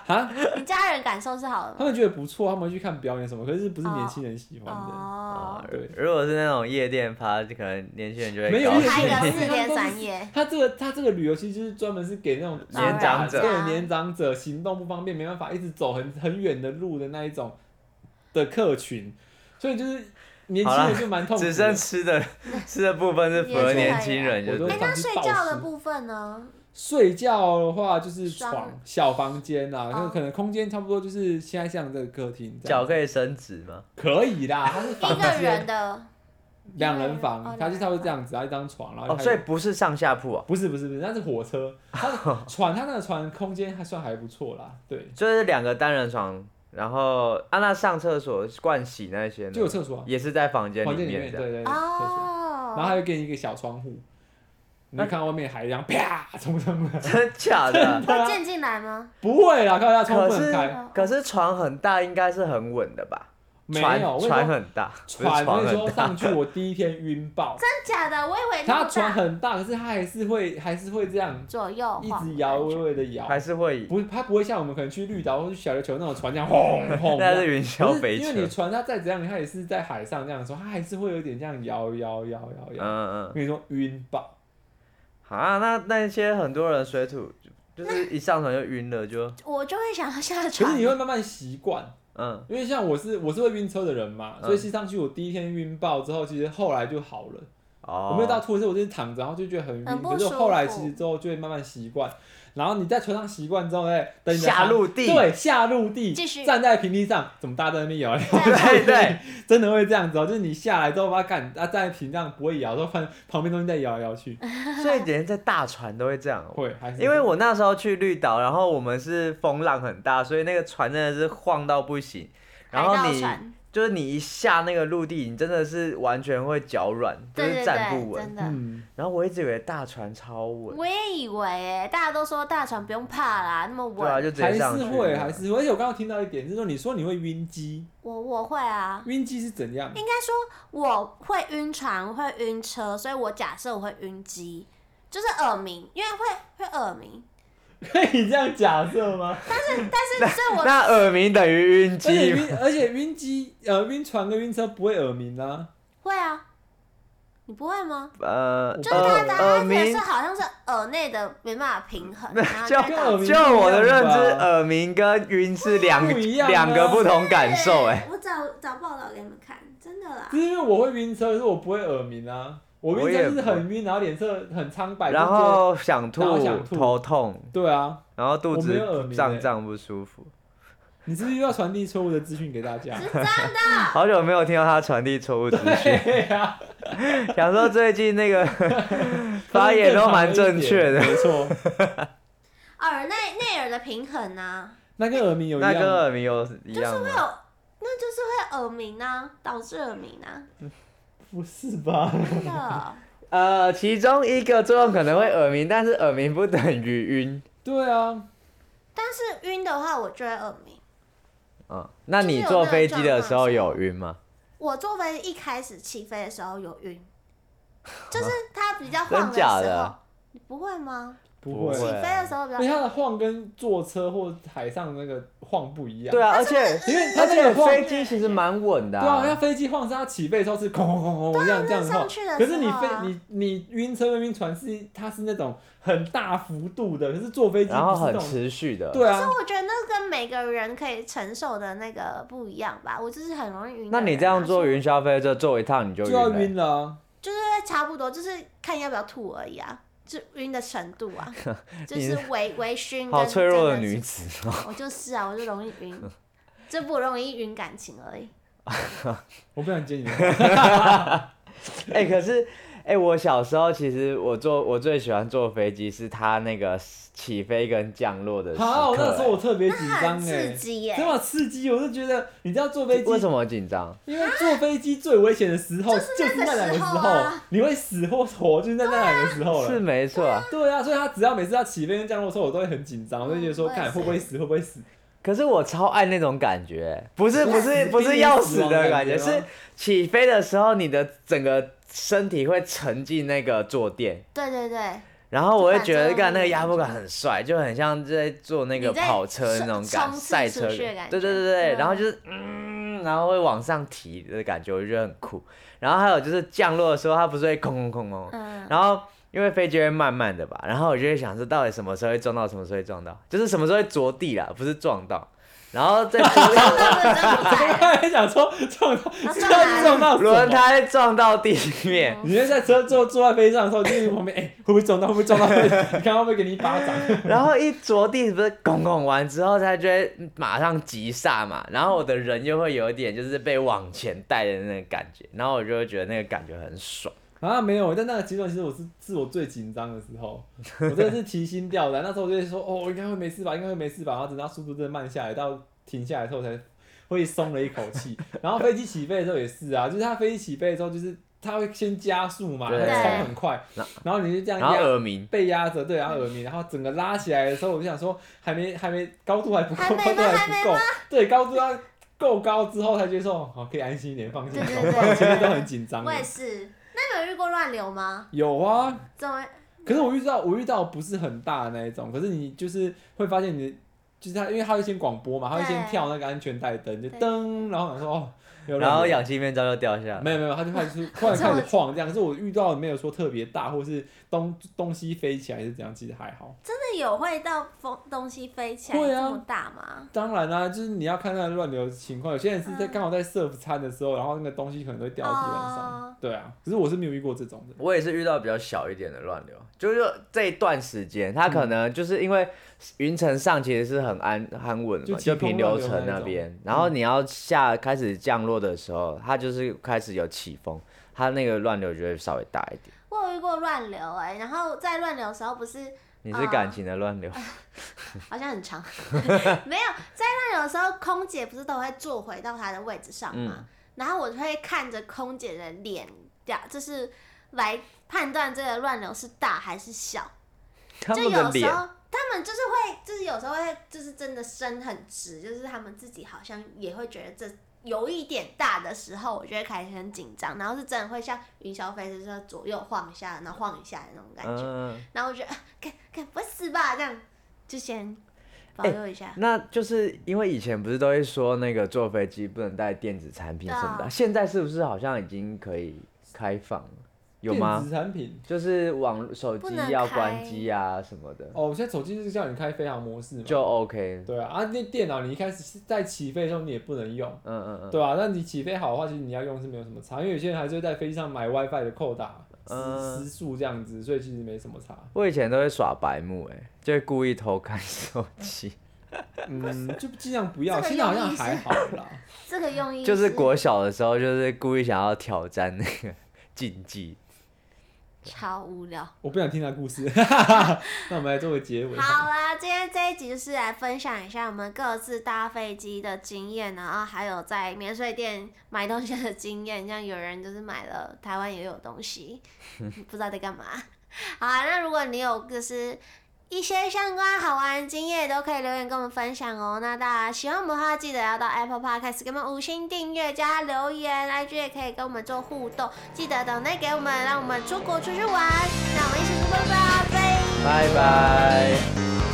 S1: 啊，
S2: 你家人感受是好的
S1: 他
S3: <laughs>
S2: 吗？
S1: 们觉得不错，他们会去看表演什么，可是不是年轻人喜欢的。
S2: 哦
S3: 啊，
S1: 对
S3: 如果是那种夜店趴，就可能年轻人就会
S1: 没有
S3: 高
S1: 夜
S2: 开
S1: 店
S2: 个
S1: 对
S2: 四天三
S3: <laughs>
S2: 夜，
S1: 他这个他这个旅游其实就是专门是给那种
S3: 年长者
S1: 对年长者行动不方便，没办法一直走很很远的路的那一种的客群，所以就是年轻
S3: 好
S1: 人
S3: 啦
S1: 就蛮痛苦的。
S3: 只剩吃
S2: <laughs>
S3: 的吃的部分是符合年轻人，
S1: 我
S3: 就
S1: 都
S3: 是
S2: 哎，那
S1: 想去
S2: 睡
S1: 暴
S2: 觉的
S1: 食
S2: 部分
S3: <laughs>
S2: 呢？
S1: 睡觉的话就是
S2: 双
S1: 床、小房间啦，那、
S2: 哦
S1: 可能空间差不多就是现在像这个客厅这
S3: 脚
S1: 样，
S3: 可以伸直吗？
S1: 可以啦，它是
S2: 一
S1: 房
S2: 个人
S1: 间，
S2: 的
S1: 两人
S2: 一个人
S1: 房
S2: 哦，
S1: 它就差不多这样子，然后一张床，然后
S3: 哦，
S1: 还有
S3: 所以不是上下铺哦，
S1: 不是不是不是，那是火车，它的船它那个船空间还算还不错啦，
S3: <laughs>
S1: 对，
S3: 就是两个单人床，然后啊，那上厕所、盥洗那些呢
S1: 就有厕所啊，
S3: 也是在房间
S1: 房间
S3: 里
S1: 里
S3: 面
S1: 面，
S3: 这
S1: 对对
S3: 样。
S1: 对，厕所，
S2: 哦，
S1: 然后还有给你一个小窗户，你就看到外面海一样啪 <laughs> 冲上来，
S3: <laughs> 真
S1: <laughs>
S3: 假的？
S1: 对
S2: 会
S1: 啊
S2: 溅进来吗？哦
S1: 不会啦，看到窗户
S3: 可
S1: 不能
S3: 是
S1: 开，
S3: 可是床很大，应该是很稳的吧？
S1: 没
S3: 船
S1: 有，我跟你
S3: 船
S1: 说
S3: 很大，不是
S1: 船，我
S3: 床
S1: 跟你说
S3: 很大
S1: 上。去我第一天晕爆。
S2: 真假的，我以为那
S1: 它
S2: 么
S1: 船
S2: 大
S1: 很大，可是它还是会还是会这样
S2: 左右哦
S1: 一
S2: 晃
S1: 直
S2: 的
S1: 摇，
S2: 感
S1: 微
S2: 觉
S1: 微的摇，
S3: 还是会，
S1: 不，它不会像我们可能去绿岛或去小琉球那种船这样
S3: <laughs>
S1: 轰轰。
S3: 那是云
S1: 可
S3: 霄
S1: 是
S3: 飞
S1: 因
S3: 车。
S1: 为你船它再怎样，它也是在海上这样的时候，它还是会有点这样摇摇摇摇
S3: 嗯
S1: 摇。
S3: 嗯
S1: 我跟你说晕爆，
S3: 嗯，啊，那那些很多人水土就是一上船就晕了，就
S2: 我就会想要下
S1: 可是
S2: 船
S1: 你。会慢慢习惯，
S3: 嗯，
S1: 因为像我是我是会晕车的人嘛，
S3: 嗯
S1: 所以吸上去我第一天晕爆之后，其实后来就好了。
S3: 哦，
S1: 我没有到吐，是我就是躺着，然后就觉得很晕，
S2: 很不
S1: 可是
S2: 舒
S1: 后来其
S2: 服
S1: 实之后就会慢慢习惯。然后你在船上习惯之后，哎，等你的
S3: 下
S1: 航
S3: 陆地
S1: 对，下陆地，
S2: 继续
S1: 站在平地上，怎么大家都在那边摇来摇
S2: <laughs> 对
S1: 去？
S3: 对对，
S1: 真的会这样子哦，就是你下来之后，把它干，啊，站在平地上不会摇，都看旁边东西在摇来摇去，
S2: 嗯
S3: 所以连在大船都会这
S1: <laughs>
S3: 样。
S1: 会还是
S3: 因为我那时候去绿岛，然后我们是风浪很大，所以那个船真的是晃到不行。然
S2: 海
S3: 后
S2: 盗
S3: 你
S2: 船
S3: 就是你一下那个陆地，你真的是完全会脚软，就
S2: 对
S3: 是
S2: 对
S3: 站不
S2: 对，
S3: 稳
S2: 真。的。
S1: 嗯，
S3: 然后我一直以为大船超稳，
S2: 我也以为、欸，大家都说大船不用怕啦，那么
S3: 对
S2: 稳。
S3: 啊，就直
S1: 还
S3: 接
S1: 是
S3: 上去了。
S1: 会还是会，而且我刚刚听到一点，就是说你说你会晕机，
S2: 我我会啊，
S1: 晕机是怎样？ <laughs>
S2: 应该说我会晕船，会晕车，所以我假设我会晕机，就是耳鸣，因为会会耳鸣。
S1: 可以这样假设吗？
S2: 但是所以我
S3: 那耳鸣等于晕
S1: 而且
S3: 机吗，
S1: 晕，而且晕机，呃，晕船跟晕车不会耳鸣啊，
S2: 会啊，你不会吗？
S3: 呃，
S1: 就
S2: 就是他
S3: 耳
S2: 的
S3: 耳
S2: 他解
S3: 鸣
S2: 是，好像是耳内的没办法平
S3: <laughs>
S2: 衡，然后
S3: 就
S2: 就
S1: 跟耳
S2: 导
S1: 鸣不
S2: 致
S1: 一样
S3: 就我的认知，
S1: 吧
S3: 耳鸣跟晕是两
S1: 不一样啊
S3: 两个不同感受，哎，
S2: 我找找报道给你们看，真的啦 <laughs>
S1: 只。是因为我会晕车，可是我不会耳鸣啊。我
S3: 我
S1: 晕
S3: 也
S1: 车就是
S3: 不
S1: 很晕，然后脸色很苍白，
S3: 然
S1: 就觉
S3: 后想
S1: 然后
S3: 吐
S1: 想、吐
S3: 头痛，
S1: 得对啊，
S3: 然后肚
S1: 我没有耳
S3: 子
S1: 鸣
S3: 胀
S1: 欸
S3: 胀不舒服。
S1: 你是不是又要传递错误的资讯给大
S3: <laughs>
S1: 家？
S3: 好
S1: 欸
S3: 久没有听到他传递错误资
S1: <laughs>
S3: 讯，
S1: 对啊，
S3: 想说最近那个发言都蛮正确的，
S1: 没错。
S2: 耳内内耳的平衡呢、
S1: 那跟耳鸣有一
S3: 那跟
S1: 样，
S3: 耳鸣有一样啊
S2: 会
S3: 吗？
S2: 有，那就是会耳鸣啊，导致耳鸣啊，
S1: 不是吧？
S2: 真
S3: <laughs>
S2: 的。
S3: 呃，其中一个作用可能会耳鸣，但是耳鸣不等于晕。
S1: 对啊，
S2: 但是晕的话，我就会耳鸣。
S3: 嗯，那
S2: 就是
S3: 你
S2: 有
S3: 坐
S2: 那个
S3: 飞机
S2: 状
S3: 的
S2: 况
S3: 时候
S2: 是
S3: 有
S2: 吗
S3: 晕吗？
S2: 我坐飞机一开始起飞的时候有晕，
S3: <laughs>
S2: 就是它比较
S3: 真
S2: 晃时
S3: 假
S2: 候，
S3: 的
S2: 你不会吗？
S1: 不
S3: 不
S1: 会
S2: 起
S3: 会。啊
S2: 飞的时候比
S1: 因
S2: 较
S1: 为它的晃跟坐车或海上那个晃不一样。
S3: 对啊，而且
S1: 因为它
S3: 而
S1: 那
S3: 且
S1: 个晃
S3: 飞机其实蛮稳的、
S1: 对啊，那飞机晃是它起飞的时候是空空空空这样这样晃
S2: 上去的时候，啊
S1: 可是你飞你你晕车跟晕船是它是那种很大幅度的，可是坐飞机
S3: 然后
S1: 不是那
S3: 很
S1: 种
S3: 持续的。
S1: 对啊
S2: 但，我觉得那跟每个人可以承受的那个不一样吧，我就是很容易晕的人啊。
S3: 那你这样坐
S2: 所以
S3: 云霄飞车坐一趟你就
S1: 就
S3: 晕
S1: 要
S3: 了、
S1: 晕了啊。
S2: 就是会差不多，就是看要不要吐而已啊，就晕的程度
S3: <laughs>
S2: 啊，就是微微醺跟。
S3: 好脆弱的
S2: 真
S3: 女
S2: 是
S3: 子哦。
S2: 我就是啊，我就容易晕，
S3: <laughs>
S2: 这不容易晕感情而已。
S1: 我不想接你的话，
S3: 哎、可是哎、我小时候其实我坐我最喜欢坐飞机是它那个起飞跟降落的时刻、
S1: 好，我那时候我
S3: 哎
S1: 特别紧
S2: 很
S1: 张
S2: 刺
S1: 哎，
S2: 激耶、
S1: 这么刺激，我就觉得你知道坐飞机
S3: 为什么紧张？
S1: 因为坐飞机最危险的时候就是
S2: 那个
S1: 那两个
S2: 时
S1: 时
S2: 候
S1: 候
S2: 啊，
S1: 你会死或活，就是在那两个时候
S3: 是
S1: 了。
S3: 没错啊、
S1: 对啊，所以他只要每次要起飞跟降落的时候，我都会很紧张，我就觉得说，
S2: 嗯我也
S1: 看
S2: 是
S1: 会不会死，会不会死。 <laughs>
S3: 可是我超爱那种感觉、不是不是
S1: 死
S3: 不是
S1: 濒临
S3: 要
S1: 死
S3: 死
S1: 亡
S3: 的
S1: 的
S3: 感觉，
S1: 感觉
S3: 是
S1: 吗
S3: 起飞的时候你的整个身体会沉进那个坐垫，
S2: 对对对，
S3: 然后我会
S2: 就
S3: 觉得
S2: 反
S3: 干那个
S2: 作用
S3: 压迫
S2: 力
S3: 感很帅，就很像在坐那个
S2: 你在
S3: 跑车那种
S2: 冲
S3: 感，
S2: 冲刺
S3: 赛车
S2: 出去的感觉
S3: 对对对对，
S2: 嗯
S3: 然后就是嗯，然后会往上提的感觉，我觉得很酷。然后还有就是降落的时候，它不是会空空空空， <laughs>
S2: 嗯，
S3: 然后因为飞机会慢慢的吧，然后我就会想说，到底什么时候会撞到，什么时候会撞到，就是什么时候会着地啦，不是撞到。然后在
S2: <laughs>
S1: 我刚刚还想说撞到，是要撞到什么
S3: 轮。胎撞到地面，
S1: 你就在车坐坐在飞机上的时候，就是旁边哎、会不会撞到？会不会撞到？会不会 <laughs> 你看会不会给你一巴掌？ <laughs>
S3: 然后一着地不是拱拱完之后，它就会马上急刹嘛，然后我的人又会有一点就是被往前带的那个感觉，然后我就会觉得那个感觉很爽。
S1: 啊，没有，但那个阶段其实我是是我最紧张的时候，我真的是提心吊胆。那时候我就会说，哦，应该会没事吧，应该会没事吧。然后等到速度真的慢下来，到停下来的时候才会松了一口 <laughs> 气。然后飞机起飞的时候也是啊，就是它飞机起飞的时候，就是它会先加速嘛，它
S3: 对
S1: 会冲很快
S3: 然，
S1: 然后你就这样
S3: 然后
S1: 压
S3: 耳鸣，
S1: 被压着，对，然后耳鸣，然后整个拉起来的时候，我就想说，还没还没高度还不够，
S2: 还没吗
S1: 高度
S2: 还没
S1: 不够，对，高度要够高之后才觉得说，哦，好，可以安心一点，放心
S2: 对
S1: 一
S2: 对
S1: 点，
S2: 对
S1: 不然我前面都很紧张
S2: 我
S1: 的。
S2: 也是。那你有遇过乱流吗？
S1: 有啊，
S2: 怎么？
S1: 可是我遇到我遇到不是很大的那一种，可是你就是会发现你就是他，因为他会先广播嘛，他会先
S2: 对
S1: 跳那个安全带灯，就
S2: 对
S1: 噔，然后想说哦，有
S3: 然后
S1: 人
S3: 氧气面罩就掉下来。
S1: 没有没有，他就开始出突然开始晃这样，可是我遇到的没有说特别大，或是东东西飞起来是怎样，其实还好。
S2: 真的有会到风东西飞起来
S1: 会
S2: 这
S1: 啊
S2: 么大吗？
S1: 当然啦、就是你要看那个乱流的情况，有些人是在
S2: 嗯
S1: 刚好在 surf 餐的时候，然后那个东西可能会掉到地板上。
S2: 哦
S1: 对啊，可是我是没有遇过这种的。
S3: 我也是遇到比较小一点的乱流，就是这一段时间，它可能就是因为云层上其实是很安安稳的
S1: 就
S3: 嘛，
S1: 晴
S3: 就
S1: 空
S3: 平
S1: 乱
S3: 流
S1: 流
S3: 层
S1: 那
S3: 那
S1: 种
S3: 边，然后你要下开始降落的时候，它就是开始有起风，它那个乱流就会稍微大一点。
S2: 我有遇过乱流哎、然后在乱流的时候不
S3: <laughs>
S2: 是
S3: 你
S1: 啊
S3: 是感情的乱流，
S2: 好像很
S3: <laughs>
S2: 长，没有在乱流的时候，空姐不是都会坐回到她的位置上
S3: 嗯
S2: 吗？然后我就会看着空姐的脸，这样就是来判断这个乱流是大还是小。
S3: 他
S2: 就
S3: 们
S2: 有
S3: 的
S2: 时
S3: 脸
S2: 候他们就是会，就是有时候会，就是真的身很直，就是他们自己好像也会觉得这有一点大的时候，我就会开始很紧张，然后是真的会像云霄飞车就是左右晃一下，然后晃一下的那种感觉，
S3: 嗯，
S2: 然后我觉得啊 <laughs> 看看不会死吧这样，就先
S3: 哎
S2: 保佑一下。
S3: 那就是因为以前不是都会说那个坐飞机不能带电子产品什么的，
S2: 对啊
S3: 现在是不是好像已经可以开放了？有
S1: 电
S3: 吗
S1: 子？产品
S3: 就是网手
S2: 不
S3: 机
S2: 能
S3: 要
S2: 开
S3: 关机啊什么的，
S1: 哦，现在手机就是叫你开飞行模式嘛。
S3: 就 OK。
S1: 对啊，啊，那电脑你一开始是在起飞的时候你也不能用，
S3: 嗯嗯嗯。
S1: 对啊，那你起飞好的话，其实你要用是没有什么差，因为有些人还是会在飞机上买 WiFi 的扣打时
S3: 嗯
S1: 时速这样子，所以其实没什么差。
S3: 我以前都会耍白目、欸，哎，就会故意偷看手
S2: <laughs>
S3: 机，
S1: 嗯，就尽量不要，
S2: 这个
S1: 现在好像
S2: 用意是
S1: 还好啦。
S2: 这个用意
S3: 就是国小的时候，就是故意想要挑战那个禁忌。
S2: 超无聊。
S1: 我不想听他故事， <laughs> 那我们来做个结尾。
S2: 好啦，今天这一集就是来分享一下我们各自搭飞机的经验，然后还有在免税店买东西的经验。像有人就是买了台湾也有
S1: <laughs>
S2: 东西，不知道在干嘛。好啊，那如果你有就是一些相关好玩的经验，都可以留言跟我们分享哦。那大家喜欢我们的话，记得要到 Apple Podcast 给我们五星订阅加留言，IG 也可以跟我们做互动。记得等内给我们，让我们出国出去玩。那我们一起出国吧，拜。
S3: 拜拜。